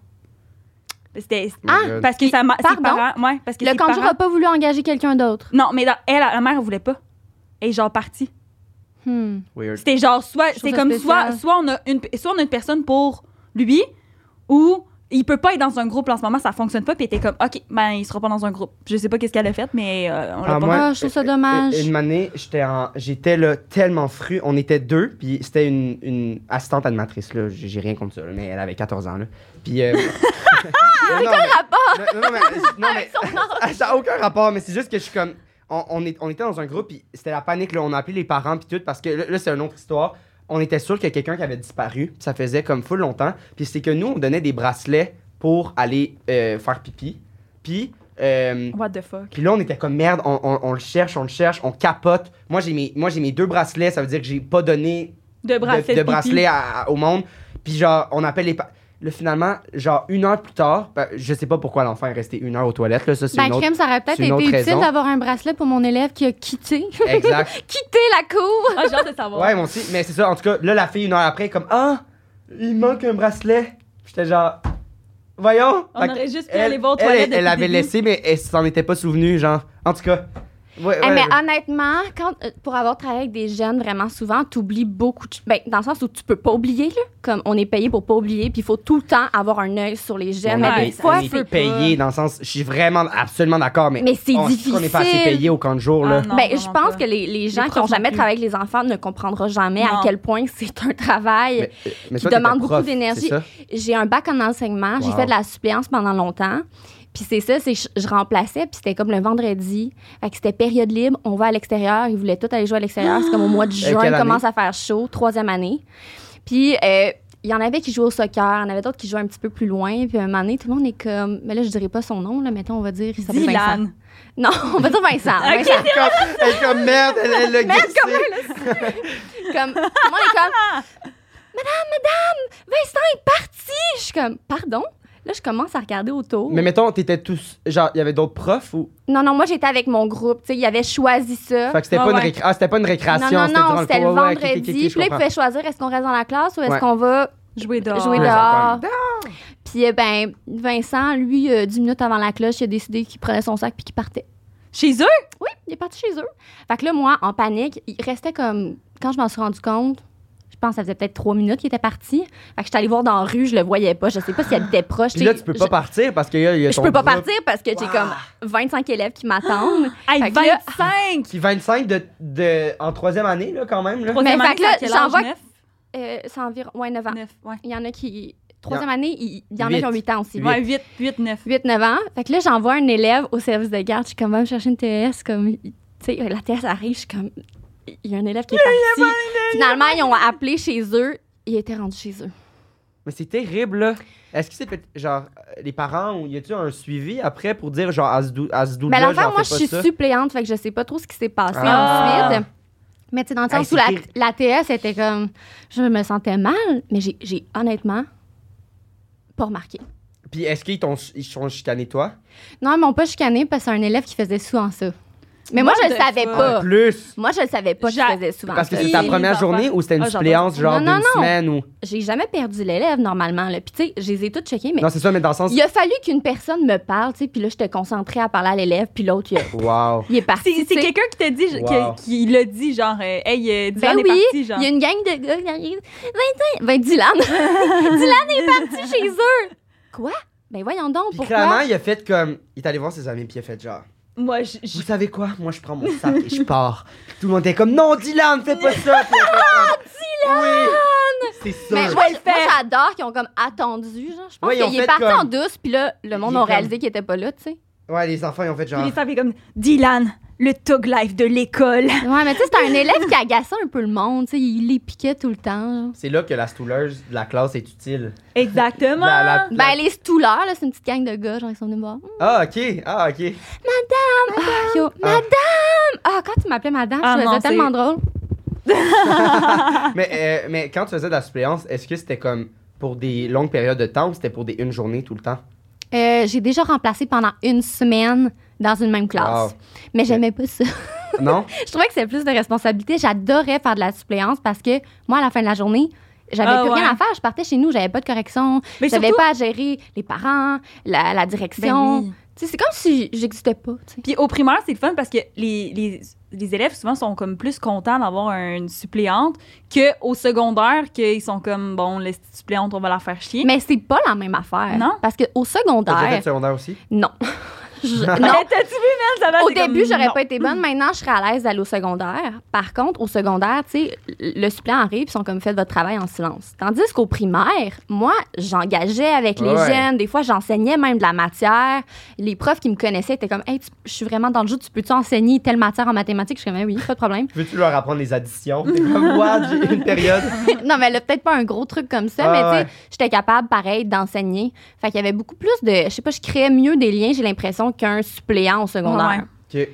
C'était.
Ah,
Ah,
Parce que ça m'a. ses
Pardon?
parents- Ouais, parce que
le
ses
camp de jour
parents-
n'a pas voulu engager quelqu'un d'autre.
Non, mais dans- elle, la mère, elle voulait pas. Et genre, partie.
Hmm.
Weird.
C'était genre soit
trouve
c'est
ça
comme soit
spécial.
soit on a une soit on a une personne pour lui ou il peut pas être dans un groupe en ce moment, ça fonctionne pas puis était comme OK, ben il sera pas dans un groupe. Je sais pas qu'est-ce qu'elle a fait mais euh, on l'a
Ah,
pas.
moi,
Ah, je trouve ça
euh,
dommage.
euh, Une année, j'étais en- j'étais là tellement fru. On était deux, puis c'était une, une assistante animatrice, là. J'ai j'ai rien contre ça, là, mais elle avait 14 ans, là. Puis. euh, non, non, mais- Non, non, mais- non, mais- ça n'a aucun rapport, mais c'est juste que je suis comme. On, on est, on était dans un groupe, puis c'était la panique, là. On a appelé les parents, puis tout, parce que là, là, c'est une autre histoire. on était sûr qu'il y a quelqu'un qui avait disparu. puis Ça faisait comme full longtemps. Puis c'est que nous, on donnait des bracelets pour aller euh, faire pipi. Puis. euh,
What the fuck?
puis là, on était comme merde, on, on- on le cherche, on le cherche, on capote. Moi, j'ai mes, moi, j'ai mes deux bracelets, ça veut dire que j'ai pas donné
De bracelet.
de, de
pipi.
bracelet à- à- au monde. Puis genre, on appelle les... pa- Là, finalement, genre une heure plus tard, ben, je sais pas pourquoi l'enfant est resté une heure aux toilettes, là, ça c'est
Ben,
une autre...
crème, ça aurait peut-être
c'est une
été
autre
utile
raison.
d'avoir un bracelet pour mon élève qui a quitté.
Exact.
quitté la cour!
Ah, j'ai hâte de savoir.
ouais, moi aussi, mais c'est ça, en tout cas, là, la fille, une heure après, comme « Ah, il manque un bracelet! » J'étais genre... Voyons!
On
Fait que
aurait juste pu
elle,
aller voir aux
elle,
toilettes
Elle
depuis
l'avait
le début.
laissé, mais elle s'en était pas souvenue, genre... En tout cas... Ouais,
Eh,
ouais,
mais
ouais.
honnêtement, quand, euh, pour avoir travaillé avec des jeunes vraiment souvent, t'oublies beaucoup. de ch- ben, dans le sens où tu peux pas oublier, là. Comme on est payé pour pas oublier, puis il faut tout le temps avoir un œil sur les jeunes.
on
Ouais,
est
mais
payé-
des fois,
on est
c'est pas-
payé dans le sens, je suis vraiment absolument d'accord, mais,
Mais c'est
on- je trouve qu'on est pas assez
difficile.
payé au camp de jour,
Ah,
là.
non,
ben, je
vraiment
pense
pas.
que les, les gens qui
profs
n'ont
non
jamais
plus.
travaillé avec les enfants ne comprendront jamais
Non.
à quel point c'est un travail.
Mais- mais toi,
qui
t'étais
demande beaucoup
prof,
d'énergie.
c'est ça?
J'ai un bac en enseignement, j'ai
Wow.
fait de la suppléance pendant longtemps. Puis c'est ça, c'est je, je remplaçais, puis c'était comme le vendredi. Fait que c'était période libre, on va à l'extérieur, ils voulaient tous aller jouer à l'extérieur. C'est comme au mois de
Euh,
juin,
quelle
il commence à faire chaud, troisième année. Puis euh, il y en avait qui jouaient au soccer, il y en avait d'autres qui jouaient un petit peu plus loin. Puis à un moment donné, tout le monde est comme... Mais là, je dirais pas son nom, là, mettons, on va dire... Il s'appelle Vincent.
Dylan.
Non, on va dire Vincent.
Ok.
Vincent.
comme, elle est comme merde, elle, elle l'a guessé.
comme, tout le monde est comme, Madame, Madame, Vincent est parti. Je suis comme, pardon? Là, je commence à regarder autour.
Mais mettons, t'étais tous. Genre, il y avait d'autres profs ou.
Non, non, moi, j'étais avec mon groupe. Tu sais, ils avaient choisi ça.
Fait que c'était
Ah
pas, une
ouais.
récré- ah, c'était pas une récréation.
Non, non,
c'était durant
non, c'était le
cours. Ouais, ouais, ok, ok,
vendredi.
ok, je
Puis là, ils
comprends.
pouvaient choisir est-ce qu'on reste dans la classe ou est-ce
Ouais.
qu'on va
Jouer dehors.
Ouais,
jouer dehors.
j'entends
Puis, euh, ben, Vincent, lui, euh, 10 minutes avant la cloche, il a décidé qu'il prenait son sac puis qu'il partait.
Chez eux?
Oui, il est parti chez eux. Fait que là, moi, en panique, il restait comme. Quand je m'en suis rendu compte, je pense que ça faisait peut-être trois minutes qu'il était parti. Fait que je suis allée voir dans la rue, je le voyais pas. Je sais pas s'il habitait proche.
Puis là,
sais,
tu peux
je-
pas partir parce qu'il y a, il y a
Je
ton
peux pas
groupe
partir parce que j'ai
Wow.
comme 25 élèves qui m'attendent.
Hey,
Fait que là-
25!
Qui 25 de, de, en troisième année, là, quand même. Là.
Troisième
fait
année,
que là,
ça a quel
j'en
âge?
vois-
Neuf?
Euh, c'est environ. Ouais, 9 ans.
Neuf, ouais.
Il y en a qui. Troisième année, il il y en a
Huit.
qui ont 8 ans aussi.
Huit.
Ouais, 8, 8, 9.
8-9 ans. Fait que là, j'envoie un élève au service de garde. Je suis comme, va me chercher une TS. Comme, tu sais, la TS arrive. Je suis comme, il y a un élève qui est parti. Finalement, ils ont appelé chez eux. Il était rendu chez eux.
Mais c'est terrible, là. Est-ce que c'est peut genre euh, les parents ou y a-tu un suivi après pour dire genre à ce dou- à ce doute
Mais
là
l'affaire, moi, je suis suppléante. Fait que je sais pas trop ce qui s'est passé
Ah.
ensuite. Mais tu sais, dans le
Hey,
sens où la,
c'est
la TS était comme, je me sentais mal, mais j'ai- j'ai honnêtement pas remarqué.
Puis est-ce qu'ils t'ont ils sont chicanés toi
Non, ils m'ont pas chicané parce que c'est un élève qui faisait souvent ça. Mais moi,
What
je le
the
savais
fuck?
En
pas.
plus
Moi, je le savais pas qu'il
J'a-
faisait souvent
parce que
ça.
c'est ta
Oui,
première
les
journée
enfants.
ou c'était une
Ah, j'adore
suppléance
ça.
genre
Non, non,
d'une
non.
semaine ou
j'ai jamais perdu l'élève normalement. Là. Puis tu sais, je les ai toutes checkées, mais
Non, c'est ça mais dans le sens
il a fallu qu'une personne me parle, tu sais, puis là, j'étais concentrée à parler à l'élève, puis l'autre, il, a-
Wow.
il est parti.
C'est
tu
c'est
sais.
quelqu'un qui t'a dit,
Wow.
que- qui l'a dit, genre, euh, hey, euh, Dylan
Ben
est
oui,
parti, genre.
il y a une gang de gars qui arrivent. Ben, ben, Dylan. Dylan est parti chez eux. Quoi? Ben voyons donc,
Puis
pourquoi?
clairement, il a fait comme. Il est allé voir ses amis, puis il a fait genre.
Moi, je- je-
Vous savez quoi? Moi, je prends mon sac et je pars. Tout le monde était comme, non, Dylan, fais pas ça! Ah, Dylan! Oui, c'est ça.
Mais
Je
moi,
vais le
moi,
faire.
j'adore qu'ils ont comme attendu. Genre. Je pense
Ouais, ils ont
qu'il est
fait
parti
comme-
en douce, puis là, le monde
Il est
a
comme-
réalisé qu'il était pas là, tu sais.
Ouais, les enfants, ils ont fait genre.
il s'appelait comme Dylan, le tog life de l'école.
Ouais, mais tu sais, c'était un élève qui agaçait un peu le monde, tu sais. Il les piquait tout le temps. genre.
C'est là que la stouleuse de la classe est utile.
Exactement.
La- la- la-
Ben, les stouleurs, là, c'est une petite gang de gars, genre, ils sont venus me voir.
Ah, ok, ah, ok.
Ah, yo, Madame! Ah, quand tu m'appelais madame,
Ah,
je trouvais
non,
ça tellement drôle. Ah.
mais, euh, mais quand tu faisais de la suppléance, est-ce que c'était comme pour des longues périodes de temps ou c'était pour des une journée tout le temps?
Euh, j'ai déjà remplacé pendant une semaine dans une même classe.
Wow.
Mais j'aimais pas ça.
Non?
je trouvais que c'était plus de responsabilité. J'adorais faire de la suppléance parce que moi, à la fin de la journée, j'avais
Ah
plus rien
ouais.
à faire. Je partais chez nous, j'avais pas de correction.
Mais
J'avais
surtout-
pas à gérer les parents, la, la direction.
Ben oui.
Tu sais, C'est comme si j'existais pas. tu sais.
Puis au primaire, c'est le fun parce que les, les, les élèves, souvent, sont comme plus contents d'avoir une suppléante qu'au secondaire, qu'ils sont comme, bon, les suppléantes, on va la faire chier.
Mais c'est pas la même affaire.
Non?
Parce qu'au
T'as déjà fait
secondaire,
le secondaire aussi?
non. Je-
Non.
non.
T'as-tu vu, man, ça va
Au début, j'aurais pas été
Mm.
bonne. Maintenant, je serais à l'aise d'aller au secondaire. Par contre, au secondaire, tu sais, le suppléant arrive, ils sont comme faites votre travail en silence. Tandis qu'au primaire, moi, j'engageais avec les
Ouais.
jeunes. Des fois, j'enseignais même de la matière. Les profs qui me connaissaient étaient comme, hey, tu- je suis vraiment dans le jeu. Tu peux-tu enseigner telle matière en mathématiques Je suis comme, Ah oui, pas de problème.
Veux-tu leur apprendre les additions? T'es comme, What? J'ai une période.
non, mais là, peut-être pas un gros truc comme ça,
Ah,
mais
ouais.
tu sais, j'étais capable, pareil, d'enseigner. Fait qu'il y avait beaucoup plus de. Je sais pas, je créais mieux des liens, j'ai l'impression, qu'un suppléant au
Ouais.
secondaire.
OK.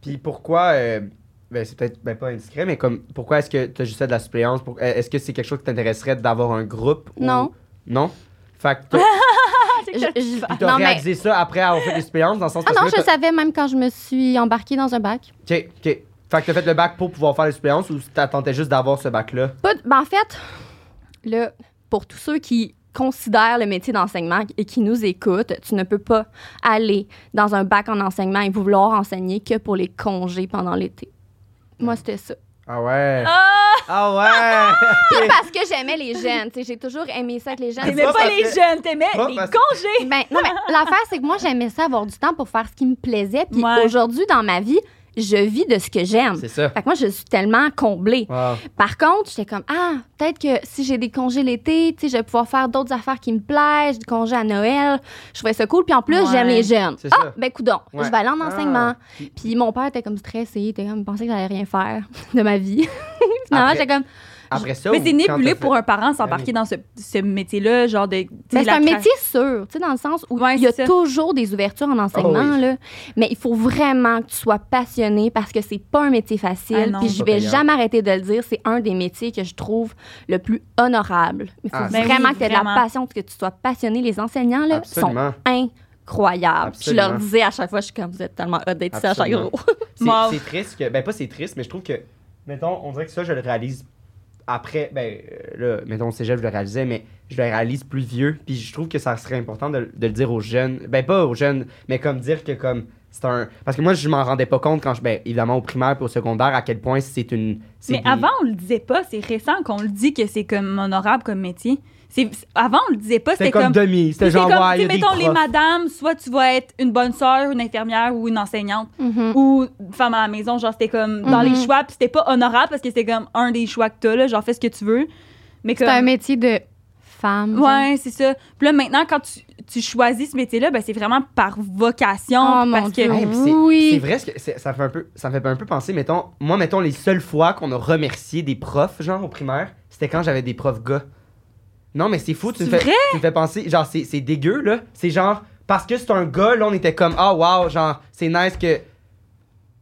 Puis pourquoi... euh, ben, c'est peut-être ben, pas indiscret, mais comme pourquoi est-ce que tu as juste fait de la suppléance? Pour- Est-ce que c'est quelque chose qui t'intéresserait d'avoir un groupe? ou-
Non.
Non? Fait que t'as-
Je- je-
Puis t'as
non, mais.
réalisé ça après avoir fait des suppléances dans le sens
Ah
parce
non,
que
je
là,
savais même quand je me suis embarquée dans un bac.
t'as- OK, OK. Fait que t'as fait le bac pour pouvoir faire les suppléances ou t'attendais juste d'avoir ce bac-là?
Pas de- ben, en fait, là, pour tous ceux qui considèrent le métier d'enseignement et qui nous écoutent, tu ne peux pas aller dans un bac en enseignement et vouloir enseigner que pour les congés pendant l'été. Moi, c'était ça.
Ah ouais!
Ah!
Ah ouais!
Puis parce que j'aimais les jeunes, tu sais, j'ai toujours aimé ça avec les jeunes.
T'aimais
pas
pas
parce
les
que-
jeunes, t'aimais
pas
les
parce-
congés!
Ben, non, mais l'affaire, c'est que moi, j'aimais ça avoir du temps pour faire ce qui me plaisait. Puis
Ouais.
aujourd'hui, dans ma vie, je vis de ce que j'aime.
c'est ça.
Fait que moi, je suis tellement comblée.
Wow.
Par contre, j'étais comme, ah, peut-être que si j'ai des congés l'été, tu sais, je vais pouvoir faire d'autres affaires qui me plaisent, des congés à Noël. Je trouvais ça cool. Puis en plus,
Ouais.
j'aime les jeunes.
C'est
Ah,
ça.
ben, coudon,
Ouais.
je vais aller en
Ah.
enseignement. Puis mon père était comme stressé. Il était comme, il pensait que j'allais rien faire de ma vie. Finalement,
Après-
j'étais comme,
Après ça,
Mais
ou
c'est
quand
nébuleux
t'as fait-
pour un parent s'embarquer dans ce, ce métier-là, genre de. tu sais,
Ben, c'est
la
un
tra-
métier sûr, tu sais, dans le sens où
Ouais,
il y a
c'est ça.
toujours des ouvertures en enseignement,
Ah oui.
là. Mais il faut vraiment que tu sois passionné parce que c'est pas un métier
Ah
facile.
non.
Puis
C'est
je
pas
vais
payant.
jamais arrêter de le dire, c'est un des métiers que je trouve le plus honorable. Il faut
Ah,
Ben
vraiment
oui,
que tu aies de la
vraiment.
passion, que tu sois passionné. Les enseignants, là,
Absolument.
sont incroyables. Je
Absolument.
leur disais à chaque fois, je suis comme, vous êtes tellement hot d'être ici à chaque
Absolument.
gros.
C'est,
Wow.
c'est triste que. Ben, pas c'est triste, mais je trouve que. Mettons, on dirait que ça, je le réalise après. Ben, euh, là, mettons, au cégep, je le réalisais, mais je le réalise plus vieux. Puis je trouve que ça serait important de, de le dire aux jeunes. Ben, pas aux jeunes, mais comme dire que, comme. C'est un. Parce que moi, je m'en rendais pas compte quand je. Ben, évidemment, au primaire et au secondaire, à quel point c'est une. c'est
Mais
des-
avant, on le disait pas. C'est récent qu'on le dit que c'est comme honorable comme métier. C'est- Avant, on le disait pas.
C'était
C'était
comme,
comme.
demi. C'était
Puis
genre,
c'est comme,
ouais, il y a
tu
des
sais, mettons, les
profs.
madames, soit tu vas être une bonne sœur, une infirmière ou une enseignante,
Mhm.
ou une femme à la maison, genre, c'était comme dans les
Mm-hmm.
Mhm.
choix, puis c'était pas honorable parce que c'était comme un des choix que t'as, là, genre, fais ce que tu veux. Mais
C'est
comme-
un métier de femme. genre.
Ouais, c'est ça. Puis là, maintenant, quand tu, tu choisis ce métier-là, ben, c'est vraiment par vocation.
Oh,
puis
mon
parce que.
Dieu.
Ouais, Ah puis c'est-
Oui.
C'est vrai, ce que c'est- ça fait un peu, ça me fait un peu penser, mettons, moi, mettons, les seules fois qu'on a remercié des profs, genre, au primaire, c'était quand j'avais des profs gars. Non, mais c'est fou, tu me
C'est
fais, tu me fais penser, genre, c'est c'est dégueu, là. C'est genre, parce que c'est un gars, là, on était comme, ah, wow, genre, c'est nice que.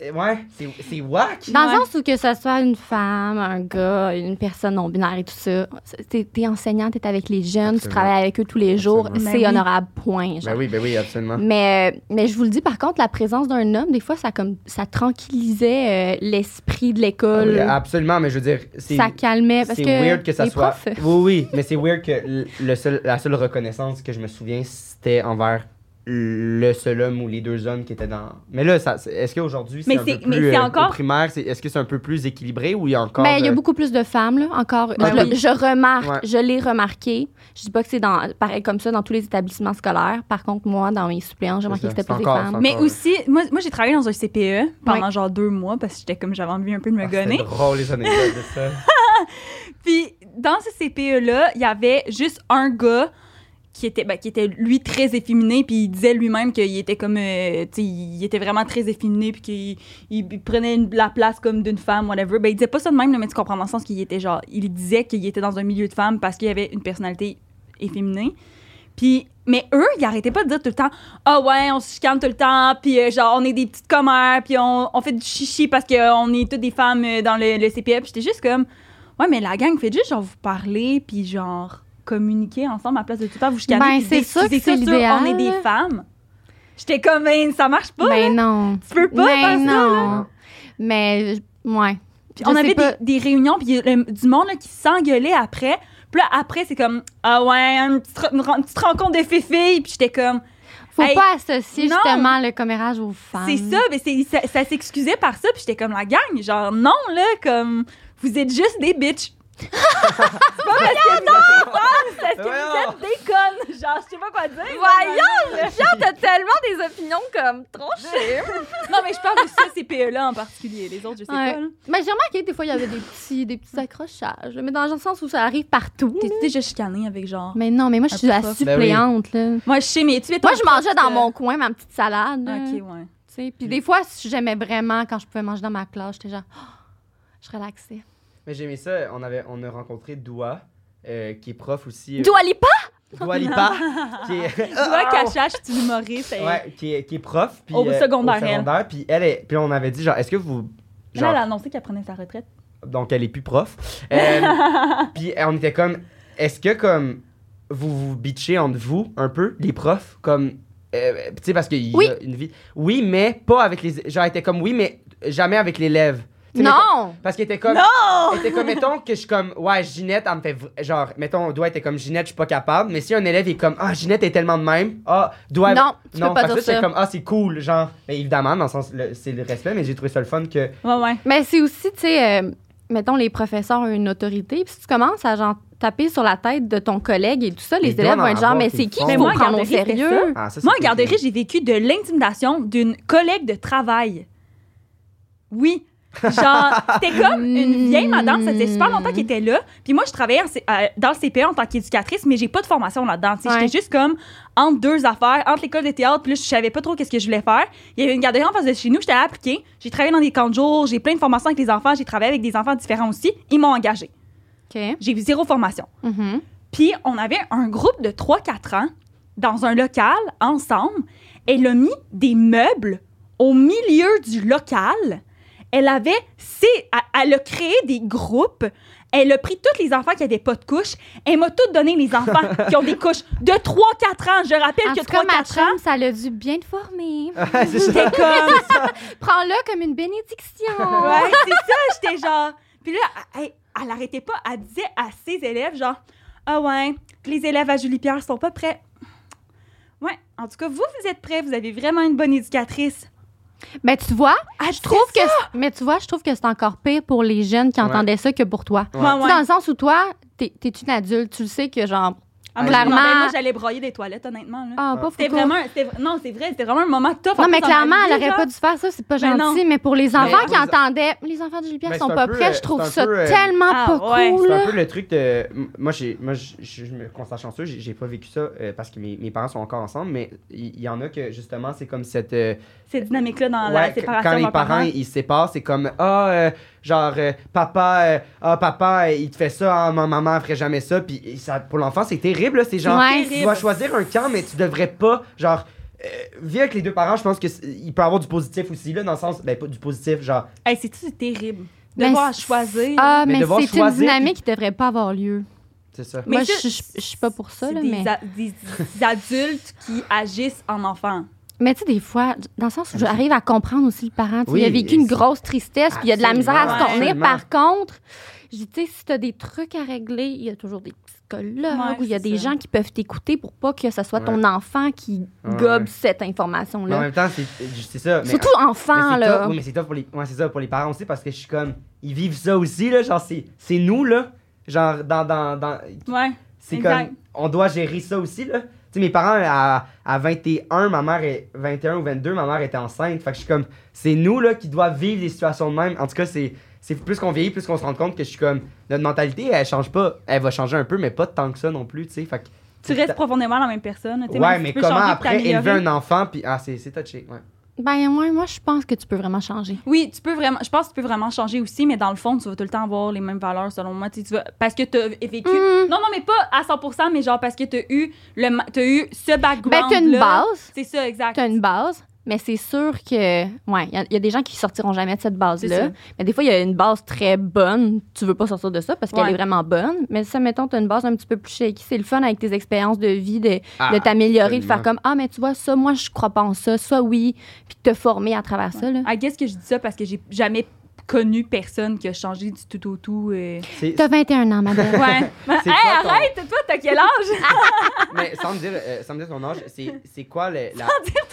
Eh, Ouais, c'est c'est whack.
Dans
Ouais.
le sens où que ce soit une femme, un gars, une personne non binaire et tout ça, c'est- t'es es enseignante, t'es avec les jeunes, tu
Absolument.
travailles avec eux tous les jours,
Absolument.
c'est
Ben oui.
honorable, point.
Ben
genre.
oui, ben oui, absolument.
Mais, euh, mais je vous le dis, par contre, la présence d'un homme, des fois, ça, comme, ça tranquillisait euh, l'esprit de
Ah Oui,
l'école.
absolument, mais je veux dire, c'est.
ça calmait. Parce
c'est
que
weird que ça
les
soit.
profs, euh,
Oui, oui, mais c'est weird que l- le seul, la seule reconnaissance que je me souviens, c'était envers le seul homme ou les deux hommes qui étaient dans. Mais là, ça, c'est- est-ce qu'aujourd'hui, c'est
Mais
un
c'est-
peu
mais
plus.
c'est
euh, au
encore-
primaire, c'est- est-ce que c'est un peu plus équilibré ou il y a encore.
ben, il y a
euh,
beaucoup plus de femmes, là, encore.
Ben
je, le-
oui.
je remarque,
Ouais.
je l'ai remarqué. Je dis pas que c'est dans, pareil comme ça dans tous les établissements scolaires. Par contre, moi, dans mes suppléants, j'ai remarqué
ça,
que c'était
c'est
plus des
encore-
femmes.
c'est
Mais
encore,
aussi, moi, moi j'ai travaillé dans un CPE pendant genre deux mois parce que j'étais comme j'avais envie un peu de me
ah,
gonner.
C'est drôle, les anecdotes de ça.
Puis dans ce CPE-là, il y avait juste un gars qui était, ben, qui était lui très efféminé, puis il disait lui-même qu'il était comme, euh, tu sais, il était vraiment très efféminé, puis qu'il il- il prenait une- la place comme d'une femme, whatever. Ben, il disait pas ça de même, là, mais tu comprends dans le sens qu'il était genre, il disait qu'il était dans un milieu de femmes parce qu'il avait une personnalité efféminée. Puis, mais eux, ils arrêtaient pas de dire tout le temps, ah ouais, on se chicane tout le temps, puis euh, genre, on est des petites commères, puis on, on fait du chichi parce qu'on est toutes des femmes euh, dans le, le CPE. Puis j'étais juste comme, ouais, mais la gang fait juste genre vous parler, puis genre communiquer ensemble à la place de tout le temps vous chicaner.
Ben,
puis
c'est
des-
sûr que
des-
c'est
sûr, On est
l'idéal,
des
là.
femmes. J'étais comme, mais ça marche pas.
Ben non.
Tu peux pas
Ben
faire ça,
non. Mais, ouais.
Puis
Je
on
sais
avait
pas.
des, des réunions, puis il y a le- du monde là, qui s'engueulait après. Puis là, après, c'est comme, ah ouais, une petite, re- une ren- une petite rencontre de filles, puis j'étais comme,
Faut
Hey,
pas associer
non.
justement le commérage aux femmes.
C'est ça, mais c'est- ça, ça s'excusait par ça, puis j'étais comme la gang, genre non là, comme vous êtes juste des bitches. Pas parce que non, parce que
Voyons.
vous êtes des connes. Genre, je sais pas quoi dire.
Voyons, Jean, t'as tellement des opinions comme tranchées.
Non, mais je parle de ce CPE-là E en particulier. Les autres, je sais
Ouais.
pas. là.
Mais j'ai remarqué, des fois, il y avait des petits, des petits accrochages. là, Mais dans le sens où ça arrive partout.
T'es
là.
déjà chicané avec genre.
Mais non, mais moi, je suis la
prof.
suppléante, là.
Moi, je sais, mais tu es euh,
Moi, je mangeais dans mon coin ma petite salade. là,
Ok, ouais.
tu sais. Puis des fois, si j'aimais vraiment quand je pouvais manger dans ma classe. J'étais genre, Oh, je relaxais.
Mais j'ai aimé ça. On, avait, on a rencontré Doua, euh, qui est prof aussi. euh,
Dua Lipa?
Dua Lipa. qui est...
Tu vois, Cachache, tu humoriste. elle-
Ouais, qui est, qui est prof. Puis, euh,
Au secondaire,
au
elle.
secondaire, Puis elle est. Puis on avait dit, genre, est-ce que vous.
Elle, elle
Genre,
a annoncé qu'elle prenait sa retraite.
donc elle est plus prof. Euh, puis on était comme, est-ce que comme vous vous bitchez entre vous un peu, les profs, comme, euh, tu sais parce qu'il
Oui.
y a une vie. Oui, mais pas avec les. Genre elle était comme oui, mais jamais avec l'élève. Tu sais, mettons-
Non!
Parce qu'elle était comme. Non! était comme, mettons que je suis comme, ouais, Ginette, elle me fait. vr- Genre, mettons, doigt était comme, Ginette, je suis pas capable. Mais si un élève est comme, ah, Ginette est tellement de même, ah, doigt.
Non, tu peux pas
parce que
dire
c'est
ça.
comme, ah, c'est cool, genre. Mais évidemment, dans le sens, le- c'est le respect, mais j'ai trouvé ça le fun que.
Ouais, ouais.
Mais c'est aussi, tu sais, euh, mettons, les professeurs ont une autorité. Puis si tu commences à genre, taper sur la tête de ton collègue et tout ça, les
Ils
élèves
doivent
vont
en
être genre,
avoir
mais
qui
c'est
le
qui
font.
qu'il
Mais
faut
moi,
prendre au
Garderie, c'était
sérieux?
Ah, ça, c'est
Moi, en
cool.
garderie, j'ai vécu de l'intimidation d'une collègue de travail. Oui. Genre, c'était comme une vieille madame, ça faisait super longtemps qu'elle était là. Puis moi, je travaillais en C- euh, dans le CPE en tant qu'éducatrice, mais j'ai pas de formation là-dedans. Tu sais,
Ouais.
J'étais juste comme entre deux affaires, entre l'école de théâtre, puis là, je savais pas trop qu'est-ce que je voulais faire. Il y avait une garderie en face de chez nous, j'étais allée appliquer. J'ai travaillé dans des camps de jour, j'ai plein de formations avec les enfants, j'ai travaillé avec des enfants différents aussi. Ils m'ont engagée.
OK.
J'ai eu zéro formation.
Mhm.
Puis on avait un groupe de 3-4 ans dans un local ensemble. Elle a mis des meubles au milieu du local. Elle avait ses- elle- elle a créé des groupes. Elle a pris tous les enfants qui n'avaient pas de couche. Elle m'a toutes donné les enfants qui ont des couches de 3-4 ans. Je rappelle
En
que
tout cas, ma
3-4 ans,
chum, ça l'a dû bien te former.
Ouais, c'est ça.
c'était comme...
Prends-le comme une bénédiction.
Ouais, c'est ça, j'étais genre. Puis là, elle, elle arrêtait pas, elle disait à ses élèves, genre, ah ouais, les élèves à Julie-Pierre sont pas prêts. Ouais, en tout cas, vous, vous êtes prêts, vous avez vraiment une bonne éducatrice.
Mais tu vois,
Ah,
je trouve que c'est- mais tu vois, je trouve que c'est encore pire pour les jeunes qui
Ouais.
entendaient ça que pour toi.
Ouais, ouais.
Tu sais, Dans le sens où toi, t'es t'es une adulte, tu le sais que genre
Ah, moi,
clairement-
non, mais moi, j'allais broyer des toilettes, honnêtement. Là.
ah
Ouais.
pas
c'était vraiment. c'était vra- Non, c'est vrai, c'était vraiment un moment tough. en
Non
plus, dans
mais
ma
clairement,
vie,
elle aurait
genre.
pas dû faire ça, c'est pas
Ben non.
gentil, mais pour les enfants
Mais-
qui entendaient les enfants de Jules Pierre
Mais
sont
c'est un
pas
peu,
prêts,
euh,
je trouve
c'est un
ça
peu, euh,
tellement
Ah,
pas
ouais.
cool.
C'est
là.
un peu le truc de. m- Moi, j'ai, moi je, je- je me constate chanceux, j'ai, j'ai pas vécu ça euh, parce que mes, mes parents sont encore ensemble, mais il il y, en a que justement, c'est comme cette. euh,
Cette dynamique-là dans
Ah,
ouais,
la
qu-
séparation.
quand les
entre parents.
parents ils se séparent, c'est comme Ah, euh, genre, euh, papa, euh, ah, papa, euh, il te fait ça, ah, ma maman elle ferait jamais ça. Puis et ça, pour l'enfant, c'est terrible, là, c'est genre.
Ouais.
Tu dois choisir un camp, mais tu devrais pas, genre. euh, vivre avec les deux parents, je pense qu'il peut y avoir du positif aussi, là, dans le sens, ben, pas du positif, genre,
Hey, c'est-tu terrible?
Ben,
Devoir
c'est-
choisir.
Ah
Mais
mais,
devoir
c'est une
choisir,
dynamique qui devrait pas avoir lieu.
c'est ça.
Mais
Moi
ça,
je je- je suis pas pour ça
c'est
là,
des
mais
a- des- des adultes qui agissent en enfant.
Mais tu sais, des fois, dans le sens où j'arrive à comprendre aussi le parent, tu sais, il a
Oui,
vécu une
et c'est-
grosse tristesse, puis il y a de la misère à se
Absolument,
tourner.
absolument.
Par contre, je dis, tu sais, si tu as des trucs à régler, il y a toujours des psychologues
Ouais,
ou il y a
c'est
des
ça.
gens qui peuvent t'écouter pour pas que ce soit
Ouais.
ton enfant qui
Ouais,
gobe
ouais.
cette
Mais en
information-là.
même temps, c'est, c'est ça. mais-
Surtout enfant,
Mais c'est
là.
tough, oui, mais c'est tough pour les, ouais, c'est ça, pour les parents aussi parce que je suis comme, ils vivent ça aussi là, genre c'est, c'est nous là, genre dans, dans, dans-
Ouais.
c'est
Exact.
comme, on doit gérer ça aussi là. Tu sais, mes parents à, à 21, ma mère est 21 ou 22, ma mère était enceinte, fait que je suis comme, c'est nous là qui doivent vivre des situations de même. En tout cas, c'est, c'est plus qu'on vieillit, plus qu'on se rend compte que je suis comme, notre mentalité elle change pas, elle va changer un peu, mais pas tant que ça non plus, tu sais, fait que.
Tu restes profondément la même personne. Ah, tu sais, même
Ouais,
si
mais
tu peux
comment
changer,
après élever un
t'améliorer.
enfant puis ah c'est, c'est touché, ouais.
Ben, moi, moi, je pense que tu peux vraiment changer.
Oui, tu peux vraiment. Je pense que tu peux vraiment changer aussi, mais dans le fond, tu vas tout le temps avoir les mêmes valeurs, selon moi. Tu sais, tu vas- parce que tu as vécu.
Mm.
Hmm.
Non, non, mais pas à 100 mais genre parce que tu as eu, le... ma- t'as eu ce
Ben,
background.
t'as une base.
C'est ça, exact.
T'as une base. Mais c'est sûr que, ouais, il y a- il y, a des gens qui sortiront jamais de cette
C'est ça.
base-là. Mais des fois, il y a une base très bonne. Tu veux pas sortir de ça parce qu'elle
Ouais.
est vraiment bonne. Mais ça, mettons, t'as une base un petit peu plus shaky. C'est le fun avec tes expériences de vie, de,
Ah,
Ah,
de t'améliorer, de faire
absolument.
comme, ah, mais tu vois, ça, moi, je crois pas en ça. Ça, oui. Puis de te former à travers ça, là.
I guess que je dis ça parce que j'ai jamais connu personne qui a changé du tout au tout. euh.
C'est-
T'as 21 ans, madame.
Ouais.
C'est
Hey,
quoi ton-
arrête, toi, t'as quel âge?
Mais sans me dire, euh, sans me dire ton âge, c'est, c'est quoi le, la...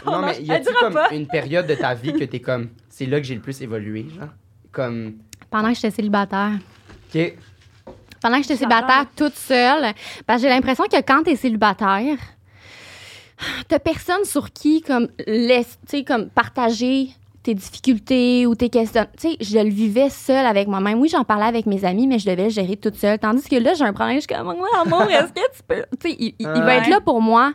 ton
non,
âge,
mais y a-tu
elle dira
comme
pas.
une période de ta vie que t'es comme, c'est là que j'ai le plus évolué, genre? Comme,
Pendant que j'étais célibataire.
ok,
pendant que j'étais
J'adore.
célibataire toute seule. Parce que j'ai l'impression que quand t'es célibataire, t'as personne sur qui comme laisse, tu sais, comme partager tes difficultés ou tes questions. Tu sais, je le vivais seule avec moi-même. Oui, j'en parlais avec mes amis, mais je devais le gérer toute seule. Tandis que là, j'ai un problème. Je suis comme, mon amour, est-ce que tu peux. Tu sais, il, il- il va
Ouais.
être là pour moi.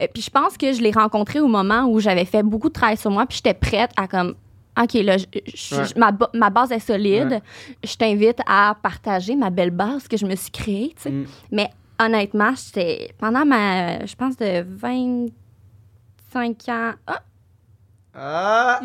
Euh, puis je pense que je l'ai rencontré au moment où j'avais fait beaucoup de travail sur moi, puis j'étais prête à comme. OK, là, je- je-
Ouais.
je- ma, ba- ma base est solide.
Ouais.
Je t'invite à partager ma belle base que je me suis créée, tu sais.
Mm.
Mais honnêtement, j'étais. Pendant ma. Je pense de 25 ans. Ah,
Ah!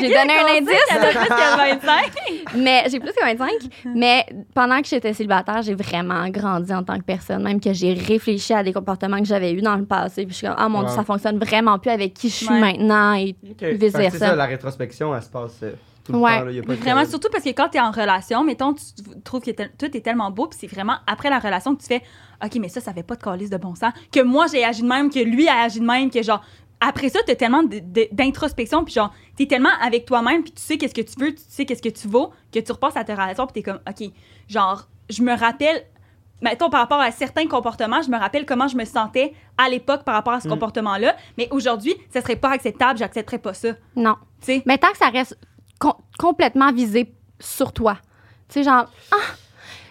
j'ai donné un indice,
Elle a plus que 25.
mais j'ai plus que 25. mais pendant que j'étais célibataire, j'ai vraiment grandi en tant que personne, même que j'ai réfléchi à des comportements que j'avais eus dans le passé. Puis je suis comme, ah mon
Wow.
Dieu, ça fonctionne vraiment plus avec qui je suis
Ouais.
maintenant. Et
Ok. Fait
Vice
que C'est
versa.
ça, la rétrospection, elle se passe euh, tout le
Ouais.
temps. là, y a pas de
Vraiment,
période.
surtout parce que quand t'es en relation, mettons, tu t- trouves que tel- tout est tellement beau, puis c'est vraiment après la relation que tu fais OK, mais ça, ça fait pas de calice de bon sens. Que moi, j'ai agi de même, que lui a agi de même, que genre. Après ça, t'as tellement de- de- d'introspection, puis genre, t'es tellement avec toi-même, puis tu sais qu'est-ce que tu veux, tu sais qu'est-ce que tu vaux, que tu repasses à ta relation, puis t'es comme OK, genre, je me rappelle. Mettons, par rapport à certains comportements, je me rappelle comment je me sentais à l'époque par rapport à ce
Mm.
comportement-là, mais aujourd'hui, ça serait pas acceptable, j'accepterais pas ça. Tu
non.
sais,
Mais tant que ça reste com- complètement visé sur toi. Tu sais, genre, ah,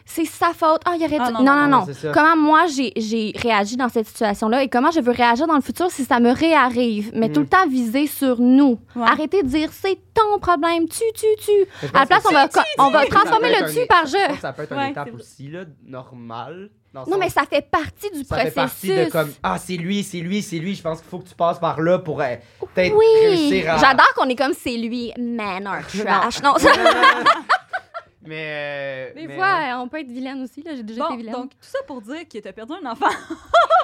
c'est sa faute. Ah, il aurait
Ah,
dû-
non,
non, non,
non.
non.
Ouais, c'est ça.
Comment moi, j'ai- j'ai réagi dans cette situation-là et comment je veux réagir dans le futur si ça me réarrive. Mais
Mm.
tout le temps visé sur nous.
Ouais.
Arrêtez de dire, c'est ton problème. Tu, tu, tu.
Mais je pense
À la place,
que
on va, on va transformer
Ça peut
le
être
tu
un-
par
je
je.
pense que Ça peut être une
Ouais,
étape
c'est vrai.
aussi, là, normale. dans le
Non,
sens
mais ça fait partie du
Ça fait
processus.
partie de comme Ah, c'est lui, c'est lui, c'est lui. Je pense qu'il faut que tu passes par là pour euh, peut-être
Oui,
réussir à.
j'adore qu'on est comme c'est lui, man or trash. Non, ça-
mais. euh,
Des
mais,
fois,
euh,
euh, on peut être vilaine aussi, là. J'ai déjà
Bon,
été vilaine.
donc tout ça pour dire que t'as perdu un enfant.
Oh,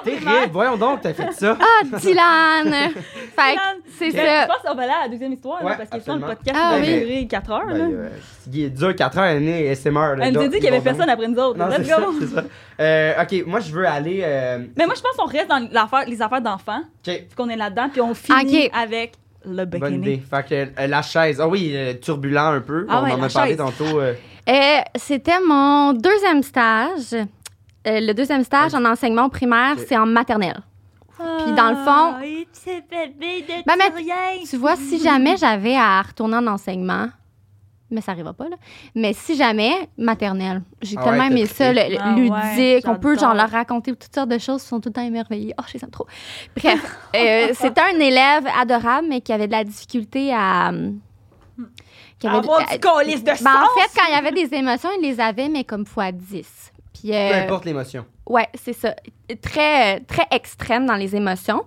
Terrible, voyons donc, t'as fait ça.
Ah, Dylan! fait que
Dylan.
c'est
Ben,
ça.
Je pense qu'on va aller à la deuxième histoire, là,
Ouais,
parce que sinon, le
absolument.
podcast
Ah
va
oui.
durer 4 heures.
Ben,
là.
euh, il est dur 4 heures, elle est SMR. là,
Elle nous a
donc,
dit qu'il y avait
ils vont
personne après nous autres.
Non, c'est
Let's
ça,
go!
c'est ça. Euh, ok, moi je veux aller. euh,
Mais moi, je pense qu'on reste dans l'affaire- les affaires d'enfants,
ok,
puis qu'on est là-dedans, puis on finit
Ok.
avec le
bonne idée.
bikini.
Fait que euh, la chaise. Ah oui, euh, turbulent un peu.
Ah
On
ouais,
en
la
a parlé
chaise.
tantôt. euh,
Euh, C'était mon deuxième stage. Euh, le deuxième stage en enseignement primaire,
Ok.
c'est en maternelle.
Ah,
Puis dans le fond-
Oui, c'est bébé de
Ben, mais-
rien.
Tu vois, si jamais j'avais à retourner en enseignement, mais ça arrivera pas, là. Mais si jamais, maternelle. J'ai
Ah
tellement
ouais,
aimé
t'as
ça, le-
trippé.
le
Ah ouais,
ludique. on peut,
j'adore.
genre, leur raconter toutes sortes de choses. Ils sont tout le temps émerveillés. Oh, je les aime trop. Bref, euh, c'était un élève adorable, mais qui avait de la difficulté à... euh, qui avait de-
Avoir du calice de
Ben, en
sens.
fait, quand il y avait des émotions, il les avait, mais comme fois 10. Puis, euh,
Peu importe l'émotion.
ouais, c'est ça. Très, euh, très extrême dans les émotions.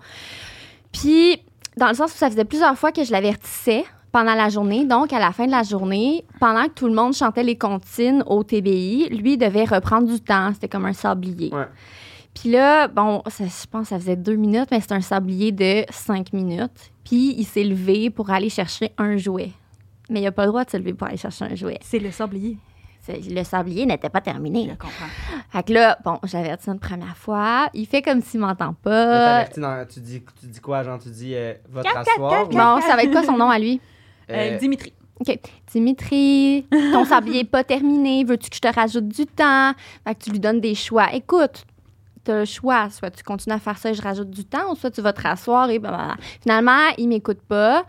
Puis, dans le sens où ça faisait plusieurs fois que je l'avertissais pendant la journée. Donc, à la fin de la journée, pendant que tout le monde chantait les comptines au TBI, lui, il devait reprendre du temps. C'était comme un sablier.
Ouais.
Puis là, bon, ça- je pense que ça faisait deux minutes, mais c'était un sablier de cinq minutes. Puis, il s'est levé pour aller chercher un jouet. Mais il n'a pas le droit de se lever pour aller chercher un jouet.
C'est le sablier.
C'est- Le sablier n'était pas terminé.
Je
là.
comprends.
Fait que là, bon, j'avais dit une première fois. Il fait comme s'il m'entend
Mais
pas.
t'avertis dans- tu, dis, tu dis quoi, genre, tu dis euh, va te
Quatre, quatre,
rasseoir.
quatre,
ou-
quatre.
Bon, ça va être quoi son nom à lui?
Euh,
Euh,
Dimitri.
OK. Dimitri, ton sablier est pas terminé. Veux-tu que je te rajoute du temps? Fait que tu lui donnes des choix. Écoute, t'as le choix. Soit tu continues à faire ça et je rajoute du temps, ou soit tu vas te rasseoir et blablabla. Finalement, il m'écoute pas.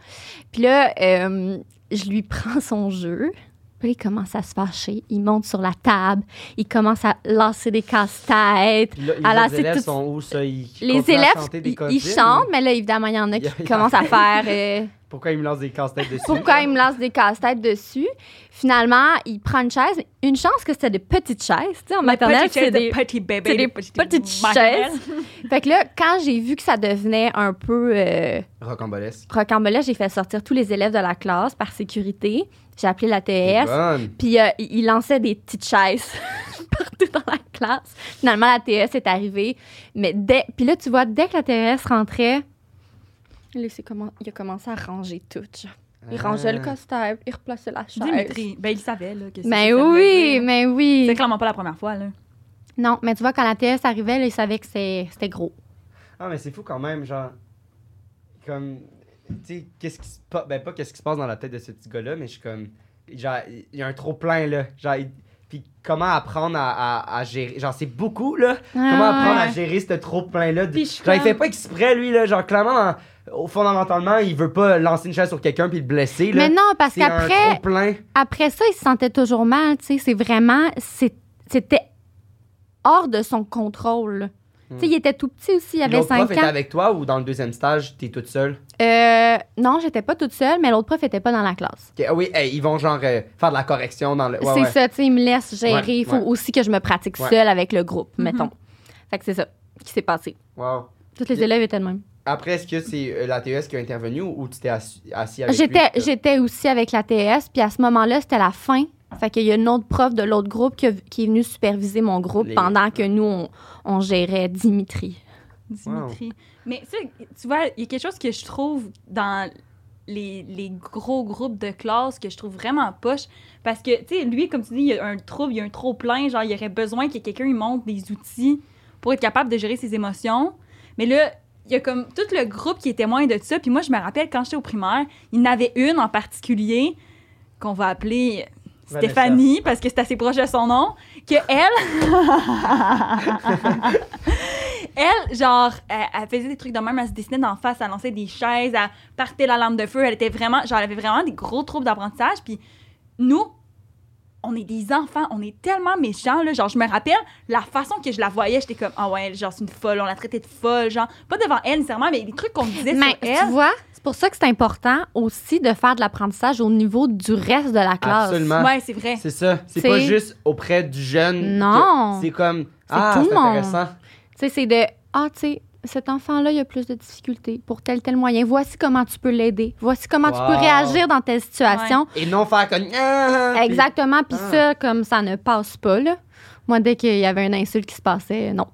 Puis là, euh, je lui prends son jeu. Puis là, il commence à se fâcher. Il monte sur la table. Il commence à lancer des casse-têtes.
Là, les
Alors,
autres
c'est
élèves
tout-
sont où, ça? Ils
les
continuent à
élèves,
chanter des
ils, ils
comptines,
chantent, mais là, évidemment, il y en a
Il y a-
qui commencent à faire euh,
ou- Pourquoi ils me lancent des casse-têtes dessus?
pourquoi ils me lancent des casse-têtes dessus. Finalement, il prend une chaise. Une chance que c'était des petites chaises. Tu sais, en maternelle,
Petit
c'est
chaise de
des...
petit bébé.
c'est
de
des
petit-
petites
maternelle.
Fait que là, quand j'ai vu que ça devenait un peu euh,
Rocambolesque.
rocambolesque, j'ai fait sortir tous les élèves de la classe par sécurité. J'ai appelé la
T'es
TES.
bonne.
Puis euh, il il lançait des petites chaises partout dans la classe. Finalement, la TS est arrivée. Mais dès, puis là, tu vois, dès que la TS rentrait, là, c'est comment, il a commencé à ranger tout. genre. Il
Ah.
rangeait le costume, il replaçait la chaise.
Dimitri. Ben, il savait, là. que c'est
Mais
ça que ça voulait
oui,
dire.
mais oui.
C'est clairement pas la première fois, là.
Non, mais tu vois, quand la TS arrivait, là, il savait que c'est- c'était gros.
Ah, mais c'est fou quand même, genre. Comme. Tu sais, qu'est-ce qui se passe. Ben, pas qu'est-ce qui se passe dans la tête de ce petit gars-là, mais je suis comme. Genre, il y a un trop-plein, là. Genre, il- Puis comment apprendre à, à- à gérer. Genre, c'est beaucoup, là.
Ah,
comment apprendre à
ouais.
gérer ce trop plein-là. de-
Puis je
Genre, il
comme-
fait pas exprès, lui, là. Genre, clairement, dans- au fondamentalement, il veut pas lancer une chaise sur quelqu'un puis le blesser, là.
Mais non, parce
c'est un
qu'après,
trop plein.
après ça, il se sentait toujours mal, tu sais. C'est vraiment, c'est- c'était hors de son contrôle. Tu sais, il était tout petit aussi, il avait
Hmm. L'autre prof
5
était
ans.
avec toi ou dans le deuxième stage, t'es toute seule?
Euh, non, j'étais pas toute seule, mais l'autre prof était pas dans la classe.
Ok, ah oui, hey, ils vont genre euh, faire de la correction dans le. Ouais,
c'est
ouais.
ça, tu sais, il me laisse gérer.
Ouais,
il faut
ouais.
aussi que je me pratique
Ouais.
seule avec le groupe,
Mhm.
mettons. Fait que c'est ça qui s'est passé.
Wow.
Tous les
Yeah.
élèves étaient de même.
Après, est-ce que c'est euh, la TES qui a intervenu ou, ou tu t'es assis, assis avec
J'étais,
lui?
j'étais aussi avec la TS, puis à ce moment-là, c'était la fin. Fait qu'il y a une autre prof de l'autre groupe qui, a- qui est venue superviser mon groupe
Les-
pendant que nous, on, on gérait Dimitri.
Dimitri. Mais tu sais, tu vois, il y a quelque chose que je trouve dans les, les gros groupes de classe que je trouve vraiment poche. Parce que, tu sais, lui, comme tu dis, il y a un trouble, il y a un trop-plein. Genre, il y aurait besoin que quelqu'un lui montre des outils pour être capable de gérer ses émotions. Mais là, il y a comme tout le groupe qui est témoin de ça. Puis moi, je me rappelle quand j'étais au primaire, il y en avait une en particulier qu'on va appeler
Vanessa.
Stéphanie, parce que c'est assez proche de son nom, que elle. elle, genre, elle, elle faisait des trucs de même, elle se dessinait d'en face, elle lançait des chaises, elle partait la lampe de feu, elle était vraiment. Genre, elle avait vraiment des gros troubles d'apprentissage. Puis nous, on est des enfants, on est tellement méchants, là. Genre, je me rappelle la façon que je la voyais, j'étais comme, ah ouais, genre, c'est une folle, on la traitait de folle, genre, pas devant elle nécessairement, mais les trucs qu'on disait
Mais
sur elle.
tu vois, c'est pour ça que c'est important aussi de faire de l'apprentissage au niveau du reste de la classe.
Absolument.
Ouais, c'est vrai.
C'est ça. C'est
C'est-
pas juste auprès du jeune.
Non.
que- C'est comme. Ah,
tout
c'est
le monde.
intéressant.
Tu sais, c'est de ah, tu sais, cet enfant-là, il a plus de difficultés pour tel tel moyen. Voici comment tu peux l'aider. Voici comment tu peux
Wow.
réagir dans telle situation.
Et non faire comme. Ah, puis-
Exactement. Puis
Ah.
ça, comme ça ne passe pas là. Moi, dès qu'il y avait une insulte qui se passait, non.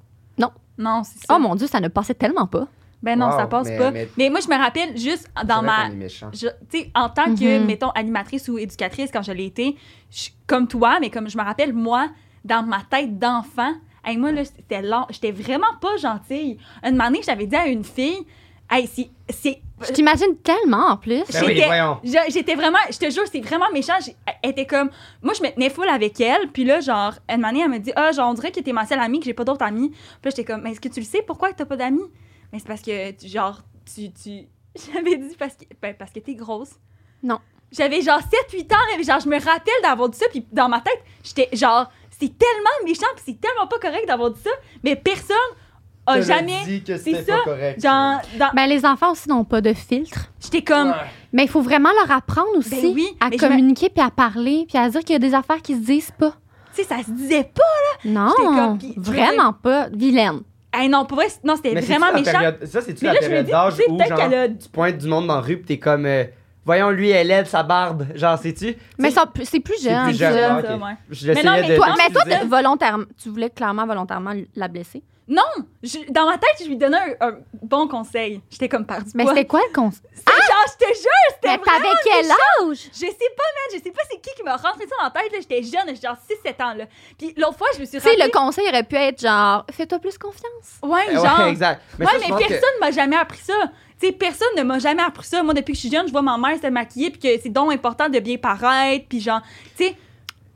Non, c'est ça.
Oh mon Dieu, ça ne passait tellement pas.
Ben non,
Wow,
ça passe
mais-
pas.
mais-
Mais... moi, je me rappelle juste dans
C'est vrai
ma.
qu'on est méchant.
je- Tu sais, en tant que,
Mhm.
mettons, animatrice ou éducatrice, quand je l'ai été, je- comme toi, mais comme je me rappelle, moi, dans ma tête d'enfant, hey, moi, là, c'était lent. J'étais vraiment pas gentille. Une année, j'avais dit à une fille, hey, c'est- c'est.
Je t'imagine tellement en plus.
Ben oui,
J'étais-
voyons.
Je- J'étais vraiment, je te jure, c'est vraiment méchant. J'ai- Elle était comme, moi, je me tenais full avec elle. Puis là, genre, une année, elle me dit, ah, genre, on dirait que t'es ma seule amie, que j'ai pas d'autres amis. Puis là, j'étais comme, mais est-ce que tu le sais pourquoi t'as pas d'amis? Mais c'est parce que, tu- genre, tu. tu... J'avais dit parce que, ben, parce que t'es grosse.
Non.
J'avais genre 7-8 ans, là, genre, je me rappelle d'avoir dit ça. Puis dans ma tête, j'étais genre, c'est tellement méchant, puis c'est tellement pas correct d'avoir dit ça. Mais personne
Te
a
le
Ah, jamais.
dis que
c'est
c'était
ça,
pas correct.
Genre, dans-
Ben, les enfants aussi n'ont pas de filtre.
j'étais comme,
Ouais.
Mais il faut vraiment leur apprendre aussi
Ben oui,
à
mais je me-
communiquer puis à parler puis à dire qu'il y a des affaires qui se disent pas.
tu sais, ça se disait pas.
Non,
J'étais comme, puis, je veux
vraiment pas vilaine.
Hey, non, pour vrai, c- non, c'était
Mais c'est-tu
vraiment
la
méchant.
période- Ça, c'est-tu
Mais
la
là, je me
période
dis,
d'âge
tu sais,
où
peut-être qu'elle
genre,
a
tu pointes du monde dans la rue pis t'es comme. euh, Voyons, lui, elle lève sa barbe. Genre, sais-tu?
Mais ça- c'est plus jeune.
plus
ça.
jeune.
Ça,
ok.
ça, ouais.
J'essayais
non, mais
de.
toi-
Toi- mais toi,
t'excuser.
t'as volontairement, tu voulais clairement volontairement la blesser.
Non, je- dans ma tête, je lui donnais un, un bon conseil. J'étais comme par du
Mais
poids.
c'était quoi le concept?
C'est genre, je te jure, c'était
Mais
vraiment...
t'avais quel âge?
Je sais pas, man, je sais pas c'est qui qui m'a rentré ça dans la tête. là. J'étais jeune, j'étais genre 6-7 ans. Là. Puis l'autre fois, je me suis
Tu sais, le
rappelé...
conseil aurait pu être genre, fais-toi plus confiance.
Ouais,
Ouais,
genre...
exact.
ouais,
ça, je
mais
pense que-
personne m'a jamais appris ça. Tu sais, personne ne m'a jamais appris ça. Moi, depuis que je suis jeune, je vois ma mère se maquiller, puis que c'est donc important de bien paraître, puis genre... Tu sais,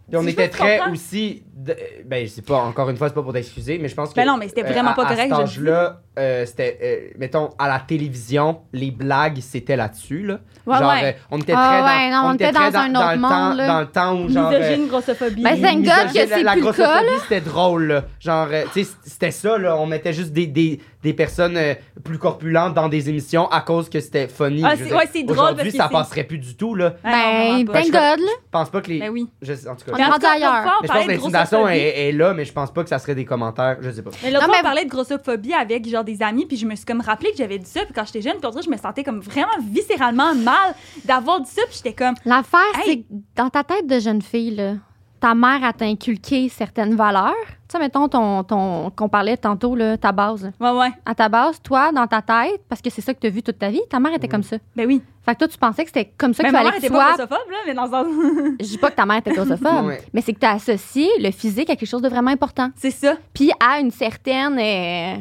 Puis on
Si je
était
peux te
très
comprendre.
aussi. de- ben, je sais pas, encore une fois, c'est pas pour t'excuser, mais je pense que.
Ben non, mais c'était vraiment
Euh, à-
pas correct,
À
je
cet
le
âge-là, euh, c'était. euh, mettons, à la télévision, les blagues, c'était là-dessus, là.
Ouais,
genre,
ouais.
euh, on était très
Ah
dans.
ouais, non, on était
très
dans un autre
le
monde,
temps,
là.
Dans le temps où, genre. euh,
misogyne, grossophobie...
Ben, thank God que
misogyne,
c'est
la,
plus le cas,
grossophobie, c'était drôle, là. Genre, euh, tu sais, c'était ça, là. On mettait juste des, des, des personnes euh, plus corpulentes dans des émissions à cause que c'était funny.
Ah,
je
c'est-
veux dire.
ouais, c'est drôle parce
Aujourd'hui,
que
ça
c'est-
passerait plus du tout, là.
Ah, non,
Ben,
vraiment pas.
thank
Ben, je-
God, là.
Je pense pas que les.
Ben oui.
je sais- en tout cas.
On
Mais
est
en
rendu
tout cas,
ailleurs.
l'autre fois, on
Mais je pense
parlait
que
de
l'intimidation est,
grossophobie.
est là, mais je pense pas que ça serait des commentaires. Je sais pas.
Mais l'autre
Non,
fois,
mais-
on parlait de grossophobie avec genre des amis, puis je me suis comme rappelé que j'avais dit ça, puis quand j'étais jeune, puis on dirait que je me sentais comme vraiment viscéralement mal d'avoir dit ça, puis j'étais comme
L'affaire, c'est
Hey!
que dans ta tête de jeune fille, là, ta mère a t'inculqué certaines valeurs. Tu sais, mettons ton, ton, qu'on parlait tantôt, là, ta base.
ouais ouais,
À ta base, toi, dans ta tête, parce que c'est ça que tu as vu toute ta vie, ta mère était
Mhm.
comme ça.
ben oui.
Fait que toi, tu pensais que c'était comme ça
Mais
qu'il
ma
fallait
mère était
que tu
pas
sois.
grossophobe là, mais dans le sens
Je dis pas que ta mère était grossophobe,
Ouais.
mais c'est que tu as associé le physique à quelque chose de vraiment important.
c'est ça.
puis à une certaine euh,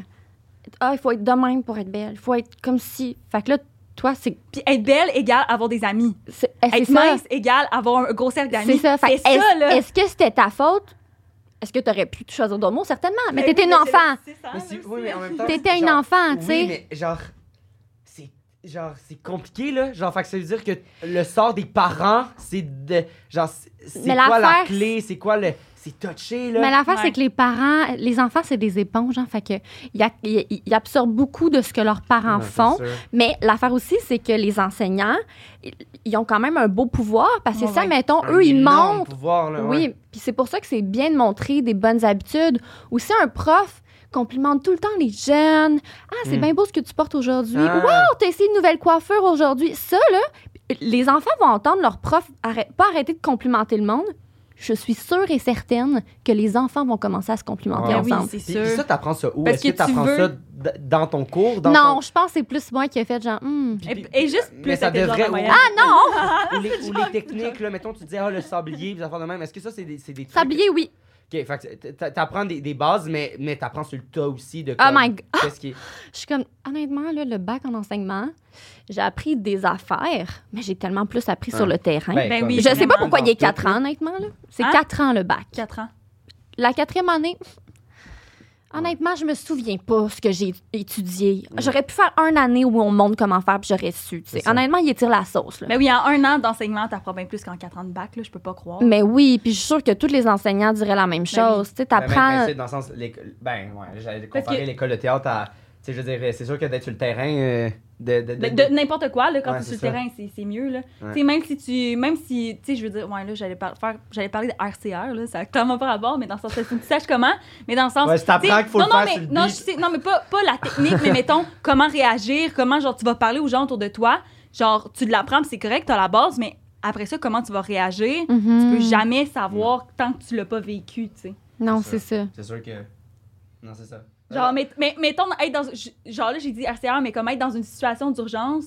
ah il faut être de même pour être belle il faut être comme si fait que là Toi, c'est
Puis être belle égale avoir des amis.
c'est eh, c'est
Être
ça.
mince égale avoir un gros cercle
C'est
d'amis.
ça. Fait
C'est
que est-ce-
ça, là.
Est-ce que c'était ta faute? Est-ce que t'aurais pu choisir d'autres mots? Certainement. Mais
Ben
t'étais
oui,
une
c'est là-
enfant.
c'est ça,
Mais
là
c'est-
aussi.
oui, mais en même temps,
T'étais une
genre-
enfant, tu sais.
Oui, mais genre, c'est genre c'est compliqué là. Genre, fait que ça veut dire que le sort des parents, c'est de genre c'est c'est
Mais
quoi la
l'affaire,
clé, c'est quoi le c'est touché là.
Mais l'affaire,
Ouais.
c'est que les parents, les enfants, c'est des éponges, hein, fait que ils, ac- ils- ils absorbent beaucoup de ce que leurs parents
Ouais, c'est
font.
sûr.
Mais l'affaire aussi, c'est que les enseignants, ils- ils ont quand même un beau pouvoir parce que
Ouais,
ça,
ouais.
mettons,
Un
eux, ils
énorme
montrent.
pouvoir, là, ouais.
Oui, puis c'est pour ça que c'est bien de montrer des bonnes habitudes. Ou si un prof complimente tout le temps les jeunes, ah, c'est
Mm.
bien beau ce que tu portes aujourd'hui.
Ah.
Wow, t'as essayé une nouvelle coiffure aujourd'hui. Ça, là, les enfants vont entendre leur prof arrê- pas arrêter de complimenter le monde. Je suis sûre et certaine que les enfants vont commencer à se complimenter
Ouais.
Ben oui,
ensemble.
c'est
Puis, puis
sûr.
ça, t'apprends ça où?
Parce
Est-ce que,
que tu
t'apprends
veux-
ça d- dans ton cours? Dans
non,
ton-
je pense que c'est plus moi qui ai fait genre, Hmm,
Puis- puis-
Et, et juste
mais
plus
ça
intelligent
devrait-
en moyenne.
Ah,
non!
ou les, ou les techniques, là, mettons, tu dis, ah, le sablier, des affaires de même. Est-ce que ça, c'est des, c'est des trucs?
Sablier, oui.
OK, fait que t'a- t'apprends des, des bases, mais, mais t'apprends sur le tas aussi de
Oh
comme,
my God.
Qu'est-ce qui est-
Je suis comme, honnêtement, là, le bac en enseignement, j'ai appris des affaires, mais j'ai tellement plus appris
Ouais.
sur le terrain.
Ben,
Ben
comme-
oui,
Ah! je sais
vraiment,
pas pourquoi il y a
dans
4 ans, honnêtement. là. C'est
Hein?
4 ans le bac.
4 ans.
La quatrième année, honnêtement, je me souviens pas ce que j'ai étudié.
Ouais.
J'aurais pu faire une année où on montre comment faire, puis j'aurais su. tu sais.
C'est ça.
Honnêtement, il étire la sauce. là.
Mais Ben oui, en un an d'enseignement, t'apprends bien plus qu'en 4 ans de bac, là, je peux pas croire.
Mais oui, puis je suis sûre que tous les enseignants diraient la même chose. Tu sais,
Ben, ben,
t'apprends. euh,
ben, c'est dans le sens, l'école- ben, ouais, j'allais comparer
que-
l'école de théâtre à, tu sais, je veux dire, c'est sûr que d'être sur le terrain, euh, de, de,
De,
de-
de n'importe quoi, là, quand
Ouais,
t'es sur
c'est
le
ça.
terrain, c'est c'est mieux. Là.
Ouais.
Tu sais, Même si tu. Même si. Tu sais, je veux dire, ouais, là, j'allais par- faire- j'allais parler de RCR, là, ça a clairement pas rapport, mais dans le sens, faut que tu saches comment. Mais dans le sens.
Ouais, je t'apprends
tu sais,
qu'il faut
non,
le
non,
faire
mais,
sur le
non,
beat.
je sais, non, mais pas, pas la technique, mais mettons, comment réagir, comment, genre, tu vas parler aux gens autour de toi. Genre, tu l'apprends, puis c'est correct, t'as la base, mais après ça, comment tu vas réagir, tu
Mhm.
peux jamais savoir tant que tu l'as pas vécu, tu sais.
Non, c'est ça.
C'est sûr que, non, c'est ça.
Genre, mais, mais- mettons, être dans. j- Genre là, j'ai dit RCR, mais comme être dans une situation d'urgence,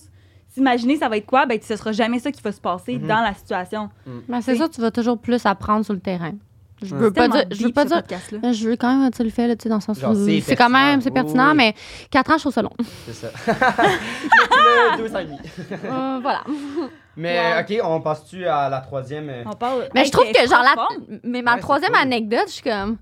s'imaginer ça va être quoi, ben, ce sera jamais ça qui va se passer
Mhm.
dans la situation.
Ben, c'est
Oui.
sûr, tu vas toujours plus apprendre sur le terrain. Je
Ouais.
veux pas
Tellement
dire. Je veux
deep,
pas
ce
dire.
podcast-là.
Je veux quand même tu le fais, là, tu sais, dans le sens
Genre,
où
c'est
c'est quand
pertinent,
même, c'est
oui,
pertinent,
oui.
mais 4 ans, je trouve ça long.
C'est ça. Le deux ans et demi.
Euh, voilà.
Mais ok, on passe-tu à la troisième? euh,
On parle.
Mais
Hey,
je trouve
t'es
que, genre, la,
transforme.
mais ma
hein? Ouais, c'est
troisième
cool.
anecdote, je suis comme.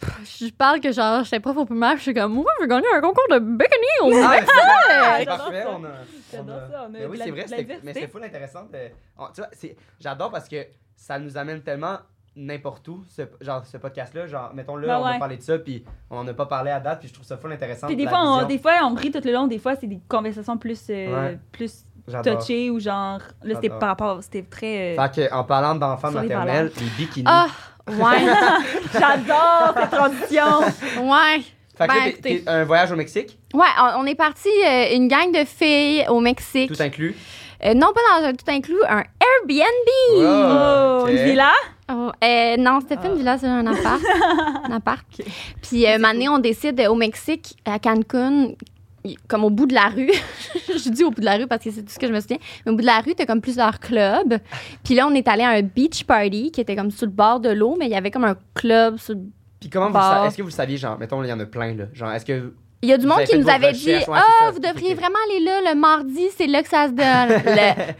Pff, Je parle que, genre, j'étais prof au primaire, je suis comme, moi, je veux gagner un concours de bacon
Ah, ben, c'est
J'adore
parfait,
ça.
on a.
J'adore
on a-
ça, on a
Ben
de
oui,
la-
c'est vrai,
de
c'était-
la
mais
diversité.
c'est full intéressant. de- on- tu vois, c'est- j'adore parce que ça nous amène tellement n'importe où, ce, genre ce podcast-là. Genre, mettons-le,
Ben
on a
ouais.
parlé de ça, puis on en a pas parlé à date, puis je trouve ça full intéressant.
Puis des
la
fois, on,
vision.
des fois, on rit tout le long, des fois, c'est des conversations plus, euh,
Ouais.
plus
J'adore.
touchées ou genre. Là, c'était
J'adore.
par rapport. C'était très. euh,
Fait que, en parlant d'enfants
Sur les
maternels, les bikinis.
Ah, ouais,
J'adore cette transition!
ouais.
fait que là,
ben,
t'es-
écoutez.
t'es- un voyage au Mexique,
Ouais, on, on est parti euh, une gang de filles au Mexique.
tout inclus.
Euh, non, pas dans un tout inclus, un Airbnb.
Oh,
Oh,
ok.
une villa?
Oh, euh, non, c'était pas
Ah.
une villa, c'était un appart. un appart. Puis, euh, année, on décide euh, au Mexique, à Cancun, y- comme au bout de la rue. je dis au bout de la rue parce que c'est tout ce que je me souviens. Mais au bout de la rue, t'as comme plusieurs clubs. Puis là, on est allé à un beach party qui était comme sur le bord de l'eau, mais il y avait comme un club. sur-
Puis comment vous
Bar.
Bah.
sa- Est-ce que vous saviez, genre, mettons, il y en a plein, là. Genre, est-ce que.
Il y a du
Vous
monde
avez
qui
fait
nous
vos
avait dit
recherches, ouais,
Ah,
c'est ça.
vous devriez
Ok.
vraiment aller là le mardi, c'est là que ça se donne.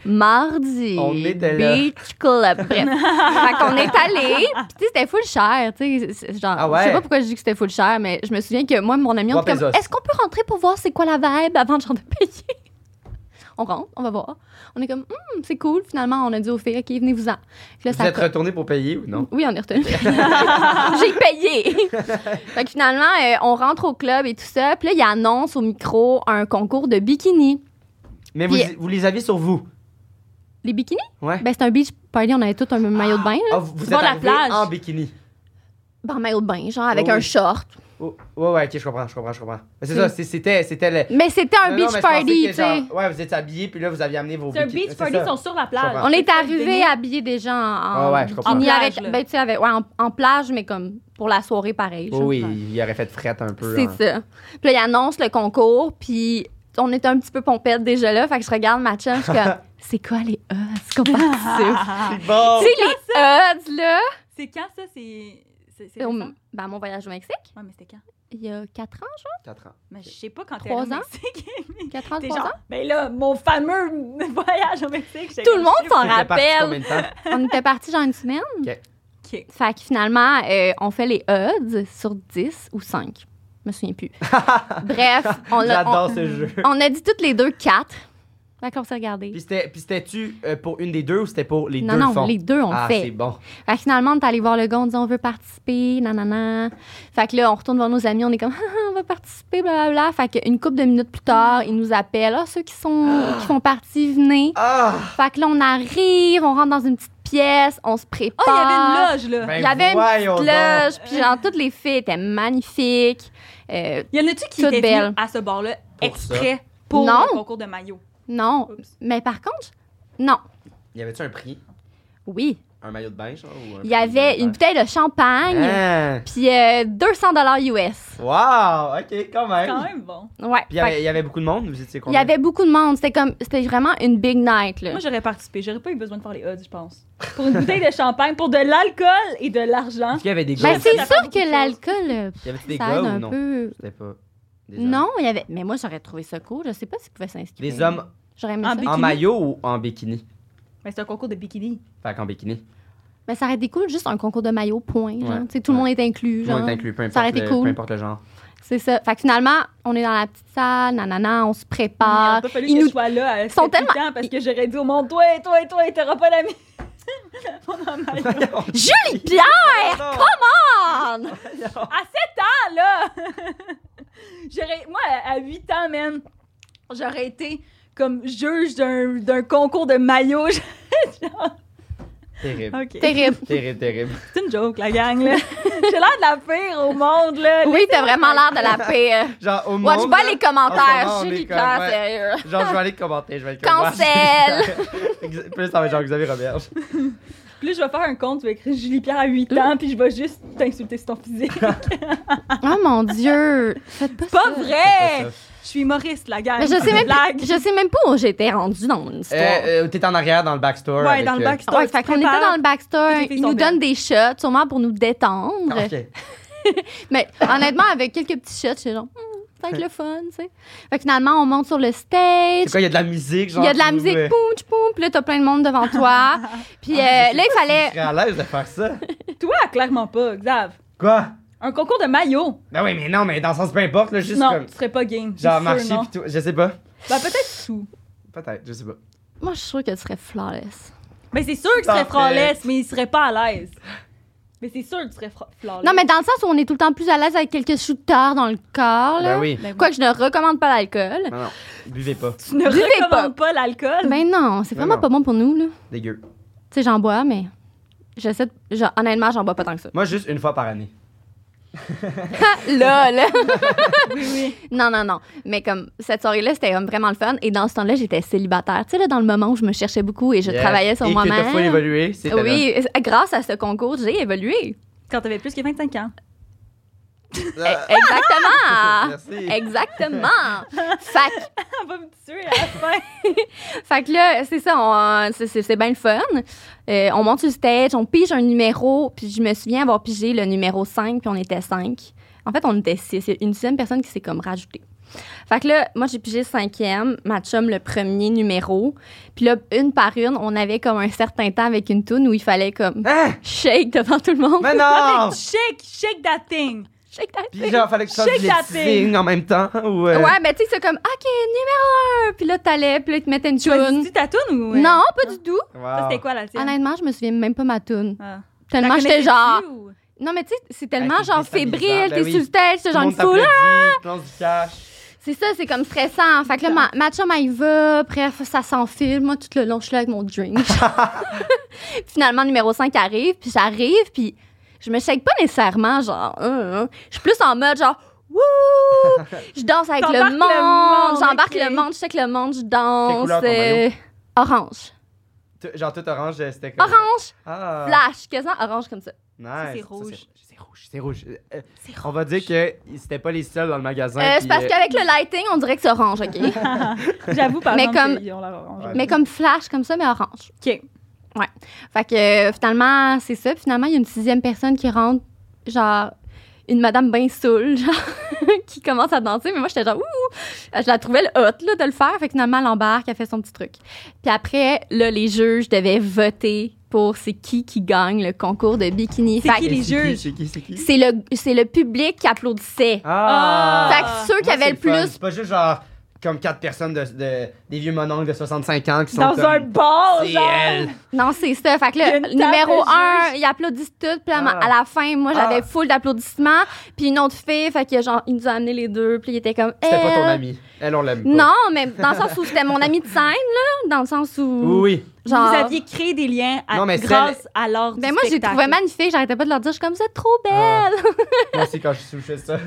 le mardi.
On était là.
Beach Club. Bref. fait qu'on est allé. Puis, tu sais, c'était full cher. Tu sais, c'est- genre,
Ah ouais?
je sais pas pourquoi je dis que c'était full cher, mais je me souviens que moi, mon ami, on
Trois
était comme
pesos.
Est-ce qu'on peut rentrer pour voir c'est quoi la vibe avant de genre de payer On rentre, on va voir. On est comme Hum, c'est cool. Finalement, on a dit aux filles Ok, venez-vous-en. Puis là,
Vous
ça
êtes
coûte-
retourné pour payer ou
Mm.
non?
oui, on est retourné. J'ai payé. fait que finalement, euh, on rentre au club et tout ça. Puis là, il annonce au micro un concours de bikini.
Mais vous,
Puis-
vous les aviez sur vous.
Les bikinis?
Ouais.
Ben, c'est un beach party. On avait tout un maillot de bain. là.
Ah, vous, vous
Sur
êtes
la
arrivés
plage.
en bikini.
Ben, un maillot de bain, genre, avec
Oui,
un
Ah oui.
short.
Oh, ouais, ouais, ok, je comprends, je comprends, je comprends. Mais C'est ça, c'est- c'était, c'était le.
Mais c'était un
Non, non,
beach
mais je pensais
party,
que,
tu
genre,
sais.
Ouais, vous êtes habillés, puis là, vous aviez amené vos
C'est un
bikini-
beach
c'est
party,
ça.
ils sont sur la
Je
plage.
comprends.
On est arrivé
arrivés
habillés déjà en,
Ah ouais, je comprends.
bikini
En plage,
avec,
là.
ben, tu sais, avec, ouais, en, en plage, mais comme pour la soirée pareil. genre.
Oui, il aurait fait frette un peu.
C'est
hein.
ça. Puis là, il annonce le concours, puis on était un petit peu pompette déjà là. Fait que je regarde ma chum, je suis comme, c'est quoi les odds qu'on participe?
C'est bon!
tu sais, les odds, là.
C'est quand ça? C'est. c'est- c'est
Au-
récent?
ben, mon voyage au Mexique,
Ouais, mais c'était quand?
il il y a 4 ans,
4 ans.
Mais je sais pas quand t'es
Trois
allée au
ans?
Mexique.
genre? 4 ans,
T'es
3
genre,
ans?
ben là, mon fameux voyage au Mexique. j'étais
Tout
comme,
le monde
je
s'en
T'étais partie
rappelle.
combien de temps?
On était partis genre une semaine.
sais- Ok.
Fait que finalement, euh, on fait les odds sur 10 ou 5. Je me souviens plus. Bref, on, l'a-
J'adore
on,
ce jeu.
on a dit toutes les deux 4. Fait qu'on s'est regardés.
Puis c'était- puis c'était-tu euh, pour une des deux ou c'était pour les
non,
deux
non,
fonds?
les deux, on
ah,
le fait.
c'est bon.
Fait que finalement, on est allé voir le gars, on dit on veut participer, nanana. Fait que là, on retourne voir nos amis, on est comme, Ah, ah, on va participer, blablabla. Fait qu'une couple de minutes plus tard, ils nous appellent, ah, ceux qui, sont, qui font partie, venez.
Ah!
Fait que là, on arrive, on rentre dans une petite pièce, on se
Oh,
prépare.
il y avait une loge, là.
Ben,
Oh, Il y avait une
voyons
petite
donc.
loge, puis genre, toutes les filles étaient magnifiques. Euh,
Il y en a-tu qui
Toute
étaient
belle.
venus à ce bar-là
Pour
exprès pour
Non.
le concours de maillot?
non,
Oups.
mais par contre, non,
Y avait-tu un prix?
oui.
Un maillot de bain, genre? ou un
Il
prix
y avait
de
une
bain?
bouteille de champagne,
Ah!
puis euh, 200 dollars US.
Wow! OK, quand même.
Quand même bon.
Ouais.
Puis il y
Fait
avait- il y avait beaucoup de monde, vous étiez
Il y
combien?
avait beaucoup de monde. C'était comme, c'était vraiment une big night là.
Moi, j'aurais participé. J'aurais pas eu besoin de faire les odds, je pense. Pour une bouteille de champagne, pour de l'alcool et de l'argent.
Est-ce qu'il y avait des gars?
Ben, c'est
Ça, ça fait
sûr
beaucoup de
que l'alcool, euh,
Y avait-tu des
ça
gars
aide
ou
un
non?
peu.
C'était pas. des hommes.
Non, il y avait. Mais moi, j'aurais trouvé ça cool. Je sais pas s'ils pouvaient s'inscrire.
Des hommes
J'aurais aimé
En
ça.
bikini.
en maillot ou en bikini?
Mais c'est un concours de bikini.
Fait qu'en bikini.
Mais ça aurait été cool, juste un concours de maillot, point. Genre.
Ouais.
Tu sais, Tout le monde est inclus.
Tout le
Genre.
monde est inclus, peu
Ça aurait
importe
été
le-
cool.
peu importe le genre.
C'est ça. Fait que finalement, on est dans la petite salle, nanana, on se prépare.
il a pas fallu
Bah, Ils
que
nous-
je sois là à
sont
7-8
tellement-
ans parce que j'aurais dit au monde, toi, toi, toi, t'auras pas d'amis. On en maillot.
Julie Pierre!
Comment?
Anne!
À 7 ans, là! J'aurais- moi, à- à 8 ans, même, j'aurais été comme juge d'un d'un concours de maillot. Genre,
Terrible.
OK.
Terrible.
Terrible, terrible.
C'est une joke, la gang, là. J'ai l'air de la pire au monde, là.
Oui, t'as vraiment l'air de la paix.
Genre, au
Watch
monde,
pas
là,
les
en ce moment,
commentaires.
on est
Julie
comme,
Pierre,
ouais.
sérieux.
Genre, je vais aller commenter, je vais être comme,
Cancel!
Wow. Plus ça va être genre Xavier Roberge.
Puis là, je vais faire un compte, tu vas écrire Julie Pierre à 8 ans, puis je vais juste t'insulter sur ton physique.
Oh mon Dieu! Faites pas,
Pas
ça.
vrai! Je suis humoriste, la gang.
Mais je sais, même,
Blague.
je sais même pas où j'étais rendue dans mon histoire.
Euh, euh, T'es en arrière dans le backstore.
Ouais,
avec,
dans le
euh,
backstore.
Ah ouais,
tu
fait qu'on était
prépares.
dans le backstore.
Toutes les filles
Ils
sont
nous donnent
belles.
des shots, sûrement pour nous détendre.
Ah, ok.
Mais honnêtement, avec quelques petits shots, c'est genre, Hmm, ça va être le fun, tu sais. Fait que finalement, on monte sur le
C'est
stage.
quoi, il y a de la musique, genre?
Il y a de la
qui-
musique,
ouais.
poum, poum, puis là, t'as plein de monde devant toi. Puis euh,
Ah, je sais
là, il
pas si
fallait.
Je serais à l'aise de faire ça.
Toi, clairement pas, Xav.
Quoi?
Un concours de maillot.
Ben
Ben
oui, mais non, mais dans le sens peu importe, là, juste
non,
comme.
tu serais pas game.
Genre,
c'est sûr,
marcher
non.
pis tout. Je sais pas.
Ben, peut-être tout.
Peut-être, je sais pas.
Moi, je suis sûre que tu serais flawless.
Mais c'est sûr que tu serais
Parfait.
frôlesse, mais il serait pas à l'aise. Mais c'est sûr que tu serais fra- flawless.
Non, mais dans le sens où on est tout le temps plus à l'aise avec quelques shooters dans le corps, là.
Ben oui.
Ben oui.
Quoique je ne recommande pas l'alcool.
Non, non, buvez pas.
tu ne
Buvez
recommandes pas, l'alcool.
Ben non, c'est
Ben
vraiment
non.
pas bon pour nous, là.
Dégueu.
Tu sais, j'en bois, mais. J'essaie de... genre, honnêtement, j'en bois pas tant que ça.
Moi, juste une fois par année.
là, là.
Oui, oui.
Non, non, non. Mais comme cette soirée-là, c'était comme vraiment le fun. Et dans ce temps-là, j'étais célibataire. Tu sais, là, dans le moment où je me cherchais beaucoup et je
Yes.
travaillais sur
Et que t'as
moi-même.
full évolué, c'était
Oui, et- grâce à ce concours, j'ai évolué.
Quand t'avais plus que 25 ans.
là.
E- Exactement!
Merci.
Exactement! Fait que
Elle va me tuer à la fin.
Fait que là, c'est ça, on- c'est- c'est c'est bien le fun. Euh, on monte sur le stage, on pige un numéro, puis je me souviens avoir pigé le numéro 5, puis on était 5. En fait, on était 6. Il y a une dizaine de personnes qui s'est comme rajoutée. Fait que là, moi, j'ai pigé le cinquième, ma chum, le premier numéro. Puis là, une par une, on avait comme un certain temps avec une toune où il fallait comme
Hein?
shake devant tout le monde.
Mais
Avec
non!
du shake, shake that thing.
Shake that
Pis genre, fallait que tu fasses
Shake
des
that
petits signes en même temps. Ou, euh,
Ouais, ben tu sais, c'est comme, OK, numéro 1. Puis là, t'allais, puis là, ils te mettaient une
Choisis-tu
toune.
ta toune ou. euh,
Non, pas du tout.
wow.
Ça, c'était quoi la tienne?
Honnêtement, je me souviens même pas ma toune.
Ah. La
Tellement
connaissais-tu
j'étais genre.
ou-
Non, mais tu sais, c'est
Ah,
tellement
c'est
genre
déstabilisant,
fébrile,
ben
t'es
oui.
sur le stage,
Tout
t'es
le
genre une
monde
foule. hein?
t'applaudit, lance du cash.
C'est ça, c'est comme stressant. Fait que là, ma, ma chum, elle y va, bref, ça s'enfile. Moi, tout le long, je suis là avec mon drink. Finalement, numéro 5 arrive, puis j'arrive, puis je me shake pas nécessairement, genre, hein, hein. je suis plus en mode genre, wouh! Je danse avec le
T'embarques
monde,
le monde,
j'embarque
ok.
le monde, je shake le monde, je danse. euh,
couleur ton maillot?
orange.
Tout- Genre, tout orange, euh, c'était comme.
Orange!
Ah.
Flash! Quasiment orange comme ça.
Nice.
Ça, c'est
Ça,
rouge.
C'est rouge, c'est rouge. Euh, euh, On va dire que c'était pas les seuls dans le magasin.
Euh,
puis,
c'est parce
euh,
qu'avec le lighting, on dirait que c'est orange, OK?
J'avoue, par
Mais
exemple,
comme-
qu'ils ont l'air orange.
mais comme flash, comme ça, mais orange.
OK.
Fait que euh, finalement, c'est ça. Puis Finalement, il y a une sixième personne qui rentre, genre, une madame bien saoule, genre, qui commence à danser. Mais moi, j'étais genre, ouh! Je la trouvais le hot, là, de le faire. Fait que finalement, elle embarque, elle fait son petit truc. Puis après, là, les juges devaient voter pour c'est qui qui gagne le concours de bikini.
C'est
Fait
qui
que
les juges?
C'est qui, c'est qui?
C'est le, c'est le public qui applaudissait. Fait que ceux qui
Moi,
avaient
Ah. c'est
le plus
fun. C'est pas juste genre comme quatre personnes de, de- des vieux mononcles de 65 ans qui sont
Dans
comme,
un bar,
C'est
genre.
elle.
Non, c'est ça. Fait que
Il y a
là,
une
numéro
table de
un,
juges.
ils applaudissent tout. Puis là,
Ah.
à la fin, moi, j'avais
Ah.
full d'applaudissements. Puis une autre fille, fait que genre, ils nous ont amené les deux. Puis il était comme.
C'était pas ton
Elle.
ami. Elle, on l'aime pas.
Euh, Non, mais dans le sens où c'était mon ami de scène, là. Dans le sens
Oui,
où.
oui.
Genre.
Vous aviez créé des liens à-
Non, mais
grâce à l'art du
Ben moi, j'ai
spectacle.
trouvé magnifique. J'arrêtais pas de leur dire, je suis comme, vous êtes trop belle.
Ah. Moi aussi, quand je suis sous, je fais ça.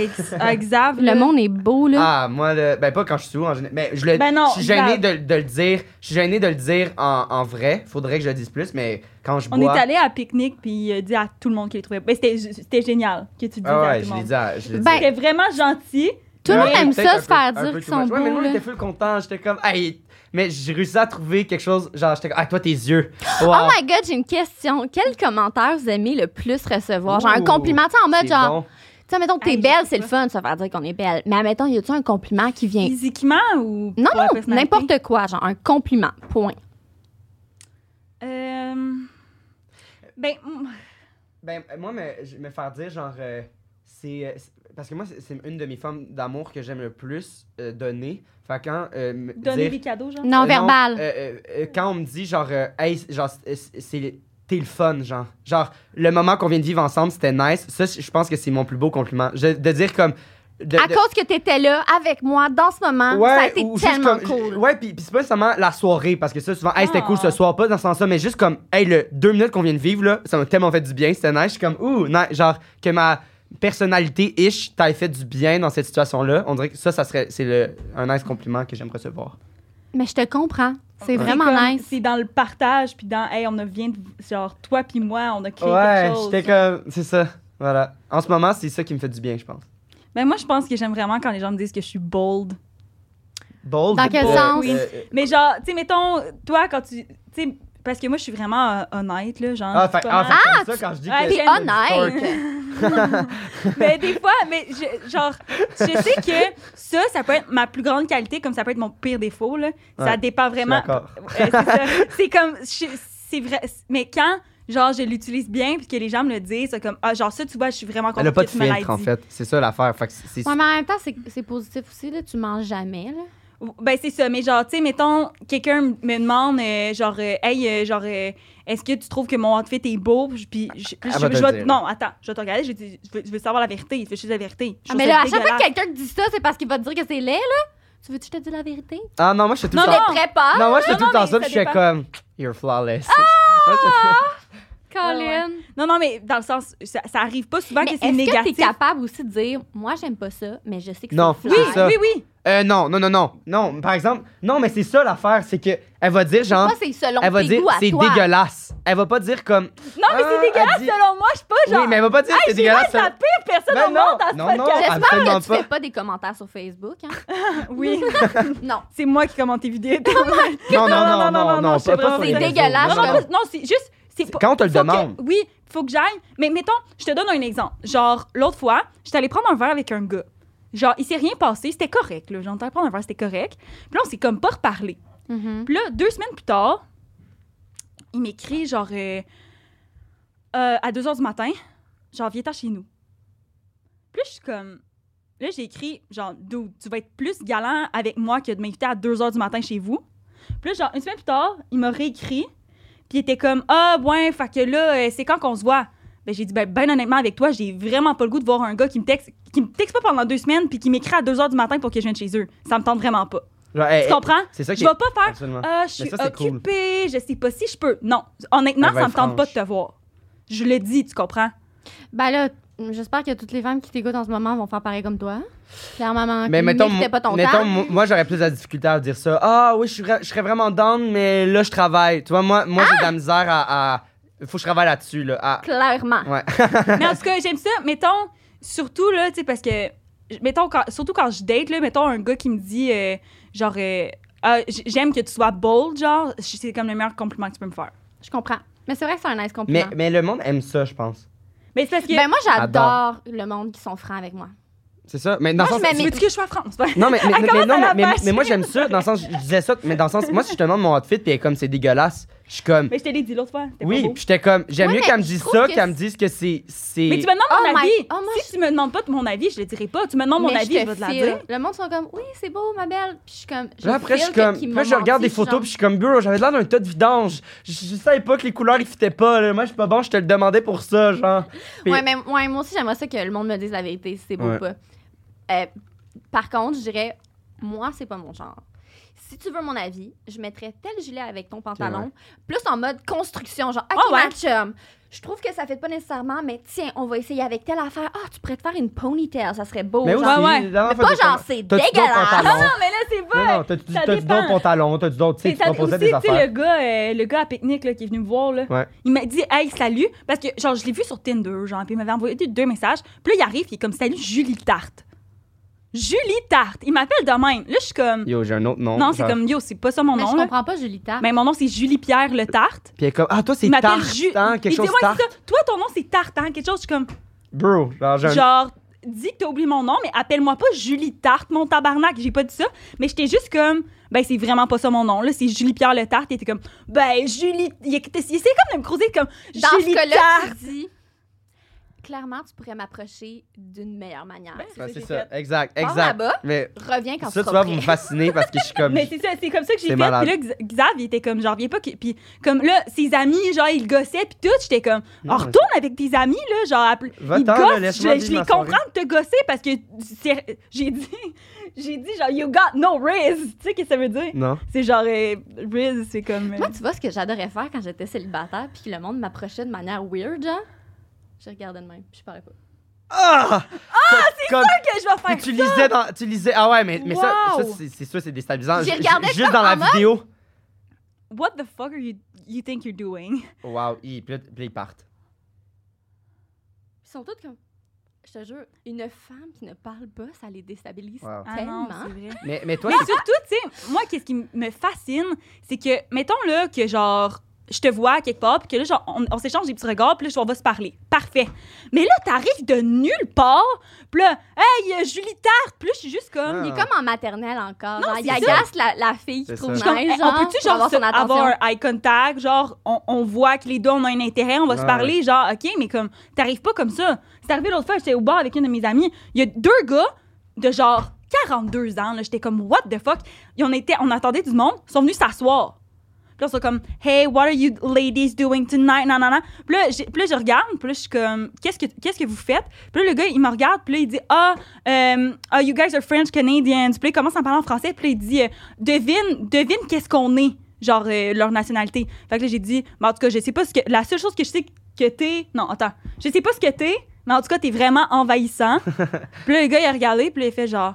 ex- ah, Xav, là.
Le monde est beau, là.
Ah, moi, le- ben pas quand je suis sous, en général. Mais je le.
Ben non,
je suis gêné de, de le dire. Je suis gêné de le dire en, en vrai. Faudrait que je le dise plus, mais quand je
On
bois.
est allé à pique-nique, puis il a dit à tout le monde qu'il les trouvait. Ben, c'était, c'était génial que tu dises
Ah
à
ouais,
tout
je
le
l'ai
monde.
dit. à- Je l'ai dit.
Ben,
C'était vraiment gentil.
Tout le
Ouais,
monde aime
peut-être
ça,
un
se
peu-
faire
un peu
dire qu'ils
too much.
sont
Ouais, mais
beaux,
moi,
là.
j'étais full content. J'étais comme, hey, mais j'ai réussi à trouver quelque chose. Genre, j'étais comme, ah, toi, tes yeux. Wow.
Oh my god, j'ai une question. Quel commentaire vous aimez le plus recevoir? Genre un
Ouh,
compliment, tu sais, en mode
c'est
genre,
bon.
tu sais, mettons que t'es
Hey, je
belle,
sais
c'est le
pas.
fun de se faire dire qu'on est belle. Mais admettons, y a-tu un compliment qui vient
Physiquement ou
Non,
pour la
non,
personnalité?
n'importe quoi, genre un compliment, point.
Euh, ben, mm,
Ben, euh, moi, me, je- me faire dire, genre, euh, c'est. euh, c'est- Parce que moi, c'est c'est une de mes formes d'amour que j'aime le plus euh, donner. Fait que quand. euh, me
donner
dire-
des cadeaux, genre.
Non,
euh,
verbal.
euh, euh, euh, quand on me dit, genre, euh, hey, c'est- genre, c'est- c'est- c'est. T'es le fun, genre. Genre, le moment qu'on vient de vivre ensemble, c'était nice. Ça, je pense que c'est mon plus beau compliment. Je- de dire comme. de-
à
euh, de-
cause que t'étais là avec moi dans ce moment,
Ouais,
hein? ça a été
ou juste
tellement
comme-
cool.
Ouais, puis puis c'est pas seulement la soirée, parce que ça, souvent, hey, c'était
Ah.
cool ce soir, pas dans ce sens-là, mais juste comme, hey, le deux minutes qu'on vient de vivre, là, ça m'a tellement fait du bien, c'était nice. Je suis comme, ouh, nice. genre, que ma personnalité-ish t'aille fait du bien dans cette situation-là. On dirait que ça, ça serait, c'est le, un nice compliment que j'aime recevoir.
Mais je te comprends, c'est vraiment
comme-
nice.
C'est dans le partage, puis dans, hey, on a vient de, genre, toi puis moi, on a créé
Ouais,
quelque chose.
j'étais comme, c'est ça, voilà. En ce moment, c'est ça qui me fait du bien, je pense.
Ben, moi, je pense que j'aime vraiment quand les gens me disent que je suis bold.
Bold.
Dans quel
euh,
sens?
euh, euh,
Mais genre, tu sais, mettons, toi, quand tu. Tu sais, parce que moi, je suis vraiment euh, honnête, là, genre.
Ah, fait,
comment-
ah, fait comme ça, quand je dis
Ouais,
que
t'es
honnête.
mais des fois, mais je- genre, je sais que ça, ça peut être ma plus grande qualité, comme ça peut être mon pire défaut, là. Ça
Ouais,
dépend
Je suis
vraiment.
d'accord.
Euh, c'est ça. C'est comme. je- C'est vrai. Mais quand, genre, je l'utilise bien, puis que les gens me le disent, c'est comme, ah, genre, ça, tu vois, je suis vraiment contente
Elle a pas
que
de
tu me l'aies
filtre, en
dit.
fait. C'est ça l'affaire. Fait que c'est- c'est
Ouais, mais en même temps, c'est c'est positif aussi, là, tu manges jamais. Là.
Ben, c'est ça. Mais genre, tu sais, mettons, quelqu'un m- me demande, euh, genre, euh, hey, euh, genre, euh, est-ce que tu trouves que mon outfit est beau? Puis, puis je, puis
Elle
je-
va te
je
le
vais-
dire.
Non, attends, je vais te regarder, je, vais te- je veux, je veux savoir la vérité. Je veux juste la vérité. Je
Ah,
trouve
mais
ça
là, à chaque fois
dégueulasse.
que quelqu'un te dit ça, c'est parce qu'il va te dire que c'est laid, là. Tu veux-tu que je te dise la vérité?
Ah non, moi je suis tout
Non,
le
mais
temps.
très pas.
Non, moi je suis
Non,
tout le
non,
temps
mais
ça,
ça
puis je suis
dépend.
comme You're flawless. Moi, je-
Colin.
Non, non, mais dans le sens, ça, ça arrive pas souvent
Mais
que
est-ce
c'est
que t'es
négatif.
capable aussi de dire, moi, j'aime pas ça, mais je sais que
Non.
c'est
oui,
fly.
C'est ça.
oui, oui.
Euh, non, non, non, non. Non, par exemple, non, mais c'est ça l'affaire, c'est que elle va dire genre
Toi, c'est selon
elle va
tes
dire
goûts à
c'est
toi.
dégueulasse. Elle va pas dire comme
Non, mais
Ah,
c'est dégueulasse
elle dit-
selon moi. Je suis pas genre.
Oui, mais elle va pas dire c'est
Hey, Gérard,
dégueulasse.
c'est la pire personne
Ben
au
non,
monde dans ce
non, non.
podcast.
J'espère que
Absolument
tu
pas.
fais pas des commentaires sur Facebook. Hein?
Oui,
non.
c'est moi qui commente tes vidéos.
Non, non,
Non,
non, non, non, non,
je sais
pas
pas,
pas sur les
c'est
réseaux, non,
Non,
dégueulasse,
non,
non,
comme-
pas- non, c'est juste. C'est pas-
Quand on te le
faut que-
demande.
oui, faut que j'aille. Mais mettons, je te donne un exemple. Genre, l'autre fois, j'étais allée prendre un verre avec un gars. Genre, il s'est rien passé, c'était correct. Là. Genre, on était allé prendre un verre, c'était correct. Puis là, on s'est comme pas reparlé.
Mm-hmm.
Puis là, deux semaines plus tard, il m'écrit genre euh, euh, à 2 h du matin, genre viens t'en chez nous. Puis là, je suis comme. Là, j'ai écrit genre, dude, tu vas être plus galant avec moi que de m'inviter à 2 h du matin chez vous. Puis là, genre, une semaine plus tard, il m'a réécrit. Puis il était comme, ah, ouais, fait que là, euh, c'est quand qu'on se voit? Ben, j'ai dit, ben, ben honnêtement, avec toi, j'ai vraiment pas le goût de voir un gars qui me texte, qui me texte pas pendant deux semaines, puis qui m'écrit à 2 h du matin pour que je vienne chez eux. Ça me tente vraiment pas.
Genre, hey,
Tu comprends?
C'est ça
Je
qui
vais pas faire,
Absolument.
ah, je suis
Mais ça, c'est cool.
occupée, je sais pas si je peux. Non, honnêtement,
Elle va
ça me
être
tente pas de
franche.
te voir. Je le dis, tu comprends?
Ben là, j'espère que toutes les femmes qui t'écoutent en ce moment vont faire pareil comme toi. Clairement, maman,
Mais mettons,
c'était pas ton
mettons,
temps.
moi- moi j'aurais plus de la difficulté à dire ça. Ah oui, je, suis vra- je serais vraiment down, mais là je travaille. Tu vois, moi, moi j'ai de la misère à, à- Faut que je travaille là-dessus, là. à-
Clairement.
Ouais.
Mais en tout cas, j'aime ça. Mettons, surtout là, tu sais, parce que, mettons, quand- surtout quand je date, là, mettons un gars qui me dit, euh, genre, euh, Ah, j- j'aime que tu sois bold, genre, c'est comme le meilleur compliment que tu peux me faire.
Je comprends. Mais c'est vrai que c'est un nice compliment.
Mais, mais le monde aime ça, je pense.
Mais c'est parce que.
Ben moi, j'adore
Adore.
le monde qui sont francs avec moi.
C'est ça. Mais dans le sens.
Moi, je mets
tu
mes-
veux que je sois franc? C'est pas-
Non, mais, mais,
Elle
mais-
commence
non,
à
mais,
la
mais-
bâcher.
mais moi, j'aime ça. Dans le sens, je disais ça, mais dans le sens, moi, si je te demande mon outfit, puis elle est comme c'est dégueulasse, je suis comme.
Mais je te l'ai dit l'autre fois. c'était pas
Oui,
beau.
puis j'étais comme. J'aime
Ouais,
mieux
mais
qu'elle me
je
dise
trouve
ça,
que
qu'elle me dise que c'est. c'est-
Mais tu me demandes mon
Oh my-
avis.
oh, moi,
si tu me demandes pas de mon avis, je le dirai pas. Tu me demandes mon
Mais
avis,
je
je
te
vais te la
file.
dire.
Le monde sont comme, oui, c'est beau, ma belle. Puis je suis comme, je
Là, après, je
file
suis
que-
comme.
qu'ils
Là,
m'ont
je regarde
menti,
des photos,
genre.
puis je suis comme, bro, j'avais l'air d'un tas de vidange. Je, je savais pas que les couleurs, ils fitaient pas. là. Moi, je suis pas bon, je te le demandais pour ça, genre. Puis-
Ouais, mais ouais, moi aussi, j'aimerais ça que le monde me dise la vérité, si c'est beau
Ouais.
ou pas. Euh, par contre, je dirais, moi, c'est pas mon genre. Si tu veux mon avis, je mettrais tel gilet avec ton pantalon, plus en mode construction, genre, OK,
Ah ouais.
ma chum, je trouve que ça fait pas nécessairement, mais tiens, on va essayer avec telle affaire. Ah, tu pourrais te faire une ponytail, ça serait beau.
Mais
genre.
aussi,
Oh, ouais.
la dernière
Mais
fois,
pas
j'ai
genre,
comme-
c'est
T'as-tu d'autres
dégueulasse.
pantalons?
Non, mais là, c'est
Non,
pas.
non, t'as du
ça
d'autres
dépend.
pantalons, t'as du d'autres, tu sais,
C'est
tu
ça aussi,
proposais des
tu sais,
affaires.
le gars, euh, le gars à pique-nique là, qui est venu me voir, là,
Ouais.
il m'a dit « Hey, salut! » Parce que, genre, je l'ai vu sur Tinder, genre, puis il m'avait envoyé deux messages. Puis là, il arrive, il est comme « Salut, Julie Tarte! » Julie Tarte! Il m'appelle de même. Là, je suis comme...
Yo, j'ai un autre nom.
non, c'est
genre.
comme « Yo, c'est pas ça mon
Mais
nom,
je
là.
comprends pas, Julie Tarte.
Mais mon nom, c'est Julie-Pierre Le Tarte.
Puis elle est comme, ah, toi, c'est
Il
tarte,
m'appelle Julie.
hein, quelque
il
chose
dit « Ouais,
tarte.
c'est ça. Toi, ton nom, c'est Tarte, hein? Quelque chose. » Je suis comme...
Bro, genre, j'ai un-
Genre, dis que t'as oublié mon nom, mais appelle-moi pas Julie Tarte, mon tabarnak, j'ai pas dit ça. Mais j'étais juste comme, ben c'est vraiment pas ça mon nom, là, c'est Julie-Pierre Le Tarte. Il était comme, ben Julie. Il était- il essayait comme de me croiser comme
Dans
Julie
ce cas-là,
Tarte.
tu dis, clairement, tu pourrais m'approcher d'une meilleure manière.
Ben,
Ouais,
j'ai
c'est ça,
fait.
exact,
Pars
exact.
là-bas.
Mais
Reviens
ça,
quand tu
tu
seras
vois,
prêt.
vous me fascinez parce que je suis comme.
Mais c'est ça, c'est comme ça que j'ai
C'est
fait. Puis là,
malade.
X- Xav, il était comme, genre, viens pas. que- Puis comme là, ses amis, genre, ils gossaient, puis tout. J'étais comme,
Non,
on retourne avec tes amis, là, genre, appel- ils
Va-t'en, là,
gossent.
laisse-moi
Je,
vivre
je les
ma
comprends
soirée.
de te gosser parce que c'est- j'ai dit, j'ai dit, genre, you got no riz. Tu sais, qu'est-ce que ça veut dire?
Non.
C'est genre, euh, Riz, c'est comme. euh,
Moi, tu vois ce que j'adorais faire quand j'étais célibataire puis que le monde m'approchait de manière weird, genre? Je regardais de même, puis je parlais pas.
Ah! Ah, c'est
que je vais faire.
tu lisais dans. Tu lisais. Ah ouais, mais, mais ça, ça,
Wow!
c'est- c'est sûr, c'est déstabilisant.
J'y
Ju-
regardais
Juste
ça
dans la
en mode-
vidéo.
What the fuck are you you think you're doing?
Wow, ils, puis là- puis là, ils partent.
Ils sont tous comme... Je te jure, une femme qui ne parle pas, ça les déstabilise
Wow.
Ah
tellement.
non, c'est vrai.
Mais, mais toi,
Mais
c'est-
surtout, tu sais, moi, qu'est-ce qui m- me fascine, c'est que, mettons là que genre, je te vois quelque part, puis que là, genre, on, on s'échange des petits regards, puis là, genre, on va se parler. Parfait. Mais là, t'arrives de nulle part, puis là, hey, euh, Julie Tarte, puis là, je suis juste comme.
Ah.
Il est comme en maternelle encore.
Non,
genre,
c'est
il
ça.
agace la, la fille qui
C'est
trouve
Je
nice,
suis comme, hey,
genre,
on peut-tu
pour
genre
avoir
se-
son
avoir,
attention.
un eye contact, genre on, on voit que les deux on a un intérêt, on va se
Ouais,
parler, genre ok, mais comme t'arrives pas comme ça. C'est arrivé l'autre fois, j'étais au bar avec une de mes amies, il y a deux gars de genre 42 ans, là, j'étais comme what the fuck, Et on était, on attendait du monde, ils sont venus s'asseoir. Puis là, ils sont comme hey what are you ladies doing tonight, non non non. Puis là, j'ai- puis là, je regarde, puis là je suis comme qu'est-ce que qu'est-ce que vous faites? Puis là le gars il me regarde, puis là il dit ah euh, Ah, you guys are French Canadians. Puis là, il commence à me parler en français. Puis là, il dit, euh, devine, devine qu'est-ce qu'on est, genre euh, leur nationalité. Fait que là, j'ai dit, mais en tout cas, je sais pas ce que. La seule chose que je sais que t'es. Non, attends. Je sais pas ce que t'es, mais en tout cas, t'es vraiment envahissant. puis là, le gars, il a regardé, puis là, il fait genre.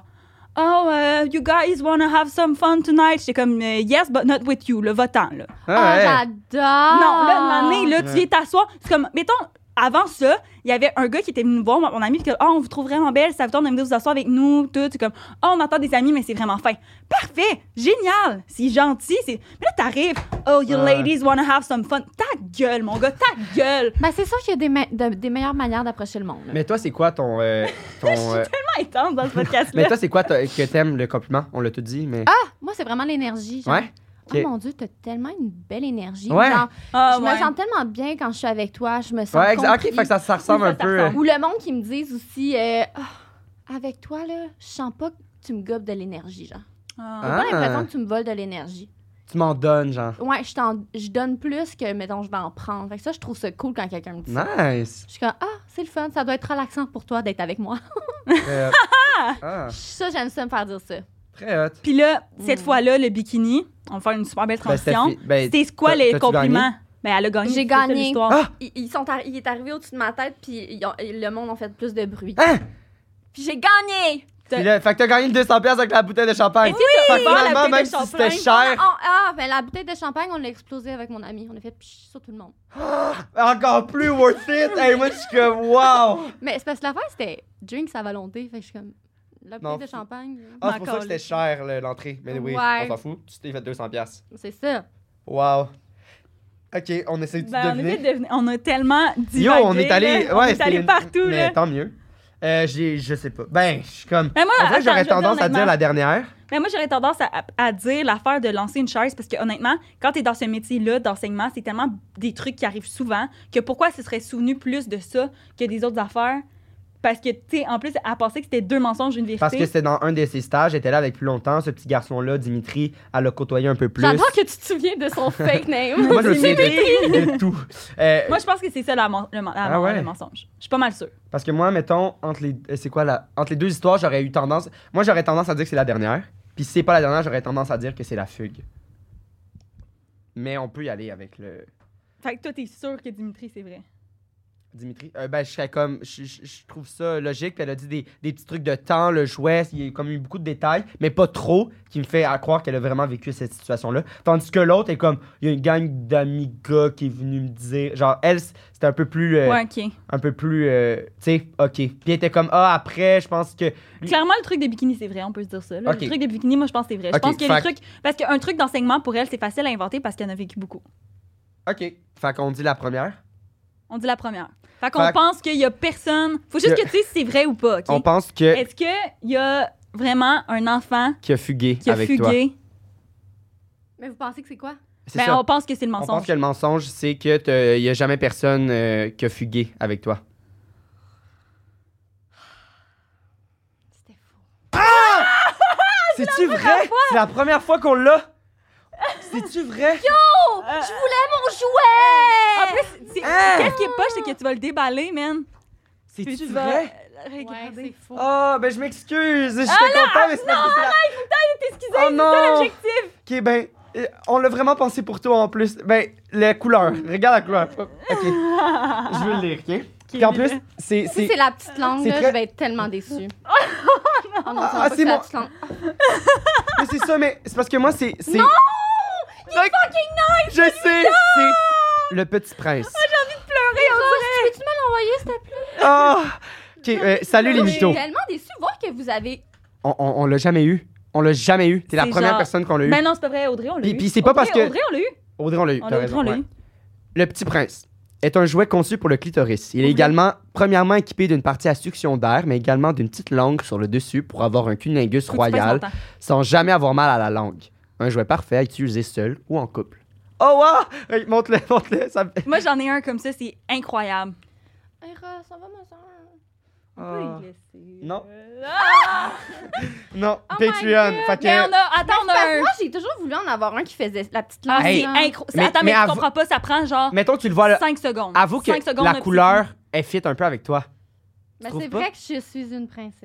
Oh, euh, you guys wanna have some fun tonight? J'étais comme, euh, yes, but not with you, le votant, là.
Ah,
ouais.
j'adore!
Non, là, une année, là, tu
Ouais.
viens t'asseoir. C'est comme, mettons, avant ça, il y avait un gars qui était venu nous voir, mon ami, puis que, oh, on vous trouve vraiment belle, ça vous tente de venir vous asseoir avec nous, tout. C'est comme, oh, on entend des amis, mais c'est vraiment fin. Parfait, génial, c'est gentil. c'est... Mais là, t'arrives, oh, you
Ouais.
ladies wanna have some fun. Ta gueule, mon gars, ta gueule.
Ben, c'est sûr qu'il y a des, me- de- des meilleures manières d'approcher le monde. là.
Mais toi, c'est quoi ton. euh, ton euh,
Pas intense dans ce podcast-là.
mais toi, c'est quoi ta- que t'aimes le compliment? On l'a tout dit, mais.
Ah, moi, c'est vraiment l'énergie. genre.
ouais? ok.
Oh mon Dieu, t'as tellement une belle énergie.
Ouais.
Genre,
Ah,
je
ouais.
me sens tellement bien quand je suis avec toi. Je me sens
Ouais, exa- ok,
compris.
fait que ça, ça ressemble
Oui, ça,
un
ça
peu. euh, hein.
ressemble.
Ou le monde qui me dise aussi, euh, Ah, avec toi, là, je sens pas que tu me gobes de l'énergie, genre. J'ai
Ah.
Ah.
pas l'impression que tu me voles de l'énergie.
Tu m'en donnes, genre.
Ouais, je, t'en- je donne plus que, mettons, je vais en prendre. Fait que ça, je trouve ça cool quand quelqu'un me dit ça.
Nice!
Je suis comme, ah, c'est le fun, ça doit être relaxant pour toi d'être avec moi.
Euh, ah,
ça, j'aime ça me faire dire ça.
très hot.
Puis là, cette
Mm.
fois-là, le bikini, on va faire une super belle
Ben, c'était
transition.
fi- ben,
C'était quoi
t'as-
les
t'as-tu gagné?
compliments? Ben, elle a gagné.
J'ai
c'est ça,
gagné.
l'histoire.
Ah!
Ils, ils sont arri- il est arrivé au-dessus de ma tête, puis ils ont- le monde a fait plus de bruit.
Hein?
Puis j'ai gagné!
Puis là, fait que t'as gagné le 200$ piastres avec la bouteille de champagne.
Oui!
Fait que
Ah, la
finalement,
bouteille de
même si c'était
champagne.
cher,
Ah, ah, ben la bouteille de champagne, on l'a explosée avec mon ami. On a fait psh sur tout le monde.
encore plus worth it. Hey, moi, je suis comme, wow!
Mais c'est parce que l'affaire, c'était drinks à volonté. Fait que je suis comme, la
Non,
bouteille de
faut-
champagne,
Ah, c'est pour ça que
Encore,
c'était cher le- l'entrée. Mais oui,
Ouais.
on s'en fout. Tu t'es fait 200$. piastres.
c'est ça.
Wow. Ok, on essaie de
Ben, on,
deviner.
essaie de deviner. On a tellement dit.
Yo, on est allé, ouais,
on est
c'était
allé
une-
partout.
Mais
là.
tant mieux. Euh, j'ai- je sais pas. Ben, je suis comme.
Mais moi,
En vrai,
attends, je
j'aurais
vais te
tendance à
honnêtement.
dire la dernière.
Mais moi, j'aurais tendance à, à dire l'affaire de lancer une chaise parce que honnêtement, quand tu es dans ce métier-là d'enseignement, c'est tellement des trucs qui arrivent souvent que pourquoi ce serait souvenu plus de ça que des autres affaires? Parce que, tu sais, en plus, à penser que c'était deux mensonges, une vérité.
Parce que c'était dans un de ses stages, j'étais là avec plus longtemps. Ce petit garçon-là, Dimitri, elle l'a côtoyé un peu plus.
J'adore que tu te souviens de son fake name.
Moi, je me souviens de, de tout. Euh,
Moi, je pense que c'est ça la men- le, men- la-
Ah ouais.
le mensonge. Je suis pas mal sûre.
parce que moi, mettons, entre les, euh, c'est quoi la, entre les deux histoires, j'aurais eu tendance. Moi, j'aurais tendance à dire que c'est la dernière. Puis si c'est pas la dernière, j'aurais tendance à dire que c'est la fugue. Mais on peut y aller avec le.
Fait que toi, t'es sûr que Dimitri, c'est vrai.
Dimitri, Euh, ben, je serais comme. Je, je- je trouve ça logique. Puis elle a dit des, des petits trucs de temps, le jouet, il y a comme eu beaucoup de détails, mais pas trop, qui me fait à croire qu'elle a vraiment vécu cette situation-là. Tandis que l'autre est comme. Il y a une gang d'amis gars qui est venue me dire. Genre, elle, c'était un peu plus. euh,
Ouais, OK.
Un peu plus. euh, tu sais, OK. Puis elle était comme. Ah, après, je pense que. lui-
Clairement, le truc des bikinis, c'est vrai, on peut se dire ça. là.
Ok.
Le truc des bikinis, moi, je pense que c'est vrai.
Ok,
je pense que
fait-
les trucs. Parce qu'un truc d'enseignement, pour elle, c'est facile à inventer parce qu'elle en a vécu beaucoup.
OK. Fait qu'on dit la première.
On dit la première. Fait qu'on
Fait-
pense qu'il y a personne. Faut juste
Que-
que tu sais si c'est vrai ou pas, OK?
On pense que.
Est-ce qu'il y a vraiment un enfant
Qui a fugué
qui a
avec toi.
fugué?
Mais vous pensez que c'est quoi?
C'est
Ben,
ça.
on pense que c'est le
On
mensonge.
pense que le mensonge, c'est que te- il y a jamais personne euh, qui a fugué avec toi.
C'était faux.
C'est-tu vrai? C'est la première fois qu'on l'a! C'est-tu vrai?
Oh! Je voulais mon jouet!
En plus, c'est- Ah!
Hein?
qu'est-ce qui est poche, c'est que tu vas le déballer, man.
C'est-tu
vas
vrai?
euh, regarder.
Ouais, c'est faux.
Oh, ben je m'excuse! J'étais content, mais c'est parce que c'est la-
Excusez,
Oh
c'est ça
non!
l'objectif.
Ok, ben, euh, on l'a vraiment pensé pour toi en plus. Ben, la couleur. Regarde la couleur. Hop, Ok. Je veux le lire, ok? Puis en plus, c'est.
Si
c'est- Ah,
c'est la petite langue,
c'est
là,
très-
je vais être tellement déçue. oh non,
Ah,
c'est pas
c'est
que c'est la
moi.
petite langue.
Mais c'est ça, mais c'est parce que moi, c'est. Non! fucking nice! Je sais! C'est le petit prince.
Ah,
Ross, peux-tu me l'envoyer, s'il te plaît?
Ah! Ok, euh, salut les
Je suis
mythos.
tellement déçue de voir que vous avez.
On, on, on l'a jamais eu. On l'a jamais eu. T'es la
C'est
première
genre-
personne qu'on l'a eu.
Ben non, c'est pas vrai, Audrey, on l'a
Puis-
eu.
puis c'est pas
Audrey-
parce que-
Audrey, on l'a eu.
Audrey, on l'a eu.
On
t'as
l'a-
raison,
Audrey, on l'a
ouais.
eu.
Le Petit Prince est un jouet conçu pour le clitoris. Il est
Oui.
également premièrement équipé d'une partie à succion d'air, mais également d'une petite langue sur le dessus pour avoir un cunnilingus
Faut que tu passes
royal
ton temps.
sans jamais avoir mal à la langue. Un jouet parfait à utiliser seul ou en couple. Oh wow! Hey, montre-le, montre-le. Ça... fait-
Moi, j'en ai un comme ça, c'est incroyable.
Hey, Ross, ça va, ma soeur?
Ah. Non.
Non.
Euh,
Non,
Oh my
Patreon. Fait que-
Mais Ben, on a.
Ben,
Attends, on a un.
Moi, j'ai toujours voulu en avoir un qui faisait la petite langue.
Ah,
Hey.
c'est
là.
incroyable.
Mais-
Attends,
mais
mais, tu
avoue-
comprends pas, ça prend genre
Mettons que tu le vois là.
5 secondes.
Avoue que
Cinq secondes,
la
là,
couleur, elle fit un peu avec toi.
Mais
trouves
c'est
pas?
vrai que je suis une princesse.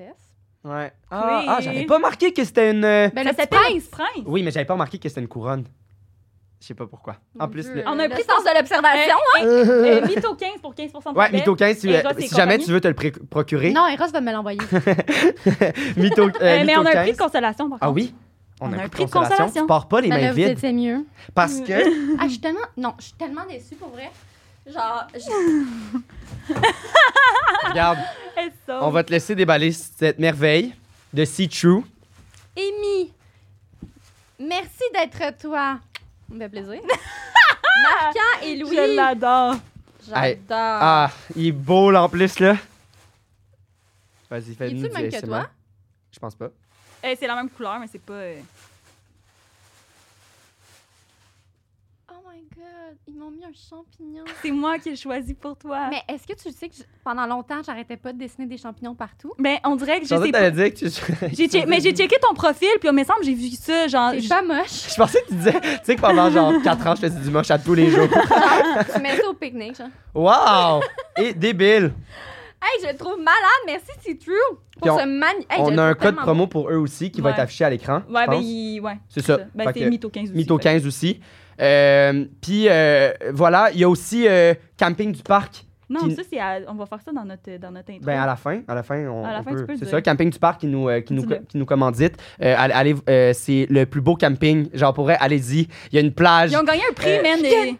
Ouais. Ah,
Oui.
ah, j'avais pas remarqué que c'était une. euh,
Ça
Ben, le petit
s'appelle
prince.
le prince.
Oui, mais j'avais pas remarqué que c'était une couronne. Je sais pas pourquoi. En
Mon
plus,
Dieu.
le-
On a
Le
pris
sens de l'observation.
Euh, Mytho 15 pour 15 de
Euh, Ouais,
rabais.
Mytho 15, si,
Et
euh,
Ross et
si jamais
compagnie.
tu veux te le pré- procurer.
Non, Eros va me l'envoyer.
Mytho, euh,
Euh, mais
Mytho
on a
15.
un prix de consolation, par
Ah
contre.
oui?
On a un
coup
prix de consolation. Ah,
Tu pars pas les
Mais
mains
là, vous
vides.
étiez mieux.
Parce que.
Ah, je suis tellement. Non, je suis tellement déçue pour vrai. Genre, je-
Regarde,
Elle sort.
on va te laisser déballer cette merveille de See True.
Amy, merci d'être toi. Ça me fait plaisir. Marquant et Louis.
Je l'adore.
Hey.
J'adore.
Ah, il est beau là en plus, là. Vas-y, fais-nous
Il est-tu le même
du
que
ASMR.
toi?
Je pense pas.
Eh, c'est la même couleur, mais c'est pas. euh,
Oh my god, ils m'ont mis un champignon.
C'est moi qui ai choisi pour toi. Mais,
Mais est-ce que tu sais que je- pendant longtemps, j'arrêtais pas de dessiner des champignons partout?
Ben, on dirait que
Je
je
pensais
sais
que t'allais
pas.
dire que tu. Je
J'ai che- Mais j'ai checké ton profil, puis il me semble que j'ai vu ça, genre.
C'est
je-
pas moche.
pensais que tu disais. Tu sais que pendant genre 4 ans, je faisais du moche à tous les jours.
tu mets ça au pique-nique. genre.
Wow! Et débile!
Hey, je le trouve malade. Merci, c'est true. Pour
Puis on-
ce magnifique.
on a un code promo pour eux aussi qui va
Ouais.
être affiché à l'écran. je
Ouais, ben,
pense.
il... ouais.
C'est ça.
Ben,
Fait
c'est
que-
Mytho 15 aussi.
Mytho
fait.
15 aussi. Euh, Puis euh, voilà, il y a aussi euh, Camping du Parc
Non,
Puis-
ça, c'est à- on va faire ça dans notre, dans notre intro.
Ben à la fin, à la fin, on,
À la
on
fin,
peut-
tu peux le
c'est
dire.
ça, camping du parc qui nous euh, qui nous
Dis-le.
qui nous commandite. Euh, allez, allez, euh, c'est le plus beau camping, genre pourrais allez-y. Il y a une plage.
Ils ont gagné un prix,
Euh,
man. euh,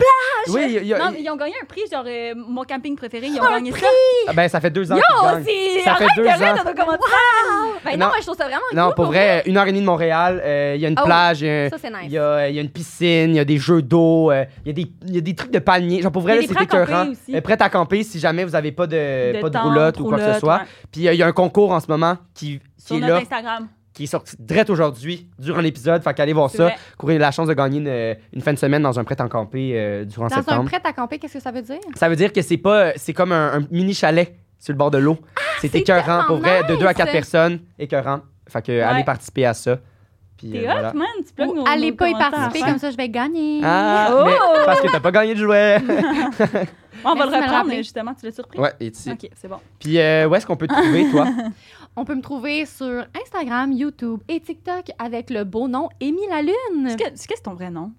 Oui, il y a-
non,
il-
mais ils ont gagné un prix, genre euh, mon camping préféré, ils ont gagné ça.
ben ça fait deux ans.
Yo,
qu'ils gagnent. Ça
c'est.
fait
Ah, Arrête de
deux ans.
rire de nos commentaires.
Ben
Non.
non, moi, je trouve ça vraiment
Non,
cool
pour vrai, une heure et demie de Montréal, euh, il
Ah
y a une
Oh,
plage, il y a,
Ça, c'est nice.
il y a- il y a une piscine, il y a des jeux d'eau, euh, il y, a des- il y a des trucs de palmiers. Genre, pour vrai,
Il y a
là,
des
c'est
prêts à camper
écœurant.
aussi.
Euh, Prêt à camper si jamais vous n'avez pas de, pas de
tente,
roulotte ou quoi que ce
roulotte,
soit.
ouais.
Puis euh, il y a un concours en ce moment qui, qui
Sur
est
notre
là,
Instagram.
qui est sorti direct aujourd'hui, durant l'épisode. Fait qu'allez voir
C'est
ça.
vrai.
Courir la chance de gagner une, euh, une fin de semaine dans un prêt à camper euh, durant
Dans un
septembre.
prêt à camper, qu'est-ce que ça veut dire?
Ça veut dire que c'est pas, euh, c'est comme un, un mini chalet sur le bord de l'eau.
Ah,
c'est
c'est
écœurant, pour vrai,
tellement
de deux à
nice.
quatre personnes, écœurant. Fait que allez participer à ça. Puis,
T'es
euh,
hot,
voilà.
man. Tu plugues nos.
Allez
nos
pas y
commentaires.
participer,
Ouais.
comme ça, je vais gagner.
Ah,
Oh!
mais parce que t'as pas gagné de jouet.
On va
Merci de me
le
le
reprendre,
rappeler.
justement. Tu l'as surpris?
ouais, et tu-
Ok, c'est bon.
Puis euh, où est-ce qu'on peut te trouver, toi?
On peut me trouver sur Instagram, YouTube et TikTok avec le beau nom Émile la Lune.
Est-ce que- Qu'est-ce que ton vrai nom?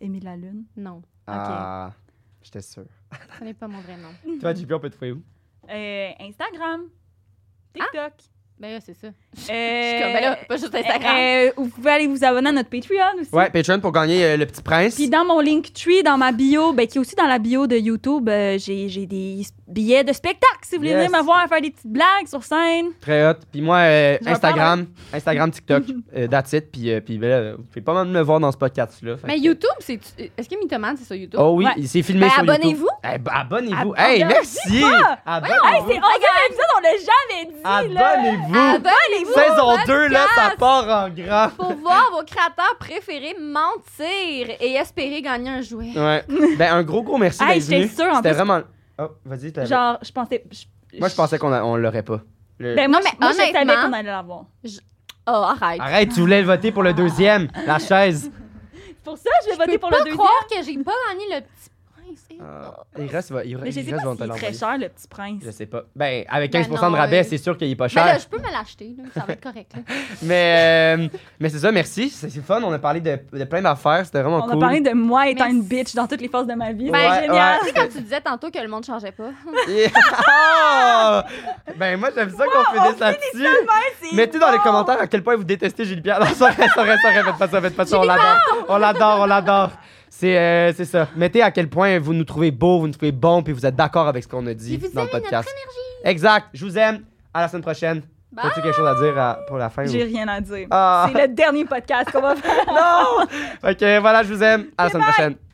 Émile la Lune.
Non,
Ah, j'étais sûr.
ce n'est pas mon vrai nom.
Toi, JP, on peut te trouver où?
Euh, Instagram. TikTok.
Ben là, c'est
Euh,
ça. Je suis comme, ben là,
Euh,
pas juste Instagram.
euh, vous pouvez aller vous abonner à notre Patreon aussi.
Ouais, Patreon pour gagner euh, le petit prince.
Puis dans mon Linktree, dans ma bio, ben, qui est aussi dans la bio de YouTube, euh, j'ai j'ai des billets de spectacle si vous voulez
Yes.
venir me voir faire des petites blagues sur scène.
Très hot. Puis moi, euh,
Je vais
Instagram, Instagram, TikTok, euh, that's it. Puis, euh, puis ben, là, vous pouvez pas mal me voir dans ce podcast-là. Fait
Mais
que-
YouTube, c'est. Est-ce que Mythomane, c'est sur YouTube?
Oh oui,
Ouais. Ah,
il s'est filmé
ben,
sur YouTube.
abonnez-vous.
Eh, ben, abonnez-vous.
Ab-
hey,
Regarde,
merci!
Ah,
Hey,
Abonnez-vous!
c'est 11 épisode, on l'a jamais dit!
Ah,
là.
Abonnez-vous!
Abonnez-vous.
Saison
au
2, là, ça
podcast.
part en grand.
Ah, ben, Pour voir vos créateurs préférés mentir et espérer gagner un jouet.
Ouais. Ben, un gros, gros merci
Hey,
d'être
j'étais
venu.
sûre, en
C'était
plus-
vraiment... Oh, vas-y, t'avais-
Genre, je pensais. je-
Moi, je pensais qu'on a- on l'aurait pas. Le-
Ben, moi,
Non, mais
moi, je savais
honnêtement-
qu'on allait l'avoir.
Oh, arrête.
Arrête, tu voulais le voter pour le deuxième, la chaise.
Pour ça, je vais
Je peux
voter pour
pas
le deuxième.
croire que j'ai pas gagné le petit prince. Eh,
Ah, il reste, il,
Mais
reste,
je sais
il
pas
reste, on
s'il
va
est
te
très
l'envoyer.
cher, le petit prince.
Je sais pas. Ben, avec 15%
Ben non,
de rabais,
euh,
c'est sûr qu'il est pas
Ben là,
cher.
je peux me l'acheter, là, ça va être correct. là.
Mais, euh, mais c'est ça, merci. C'est c'est fun. On a parlé de, de plein d'affaires. C'était
On
vraiment
a
Oh, cool.
parlé de moi étant
Mais
une
c'est-
bitch dans toutes les phases de ma vie.
Ah, Ouais,
C'est génial.
Tu sais, quand tu disais tantôt que le monde changeait pas.
Et- Ah! ben, moi, j'aime ça qu'on finisse là-dessus.
C'est
Mettez dans les commentaires à quel point vous détestez Julie Pierre. Non, ça, ça, ça, ça, faites pas ça, faites pas ça. On l'adore. On l'adore, on l'adore. C'est euh, c'est ça. Mettez à quel point vous nous trouvez beau, vous nous trouvez bon, puis vous êtes d'accord avec ce qu'on a dit
Puis vous
dans le
aimez
podcast. Exact. Je vous aime. À la semaine prochaine.
Bye.
As-tu quelque chose à dire à- pour la fin?
J'ai
ou-
rien à dire.
Ah.
C'est le dernier podcast qu'on va faire.
Non! Ok, voilà, je vous aime. À la semaine prochaine.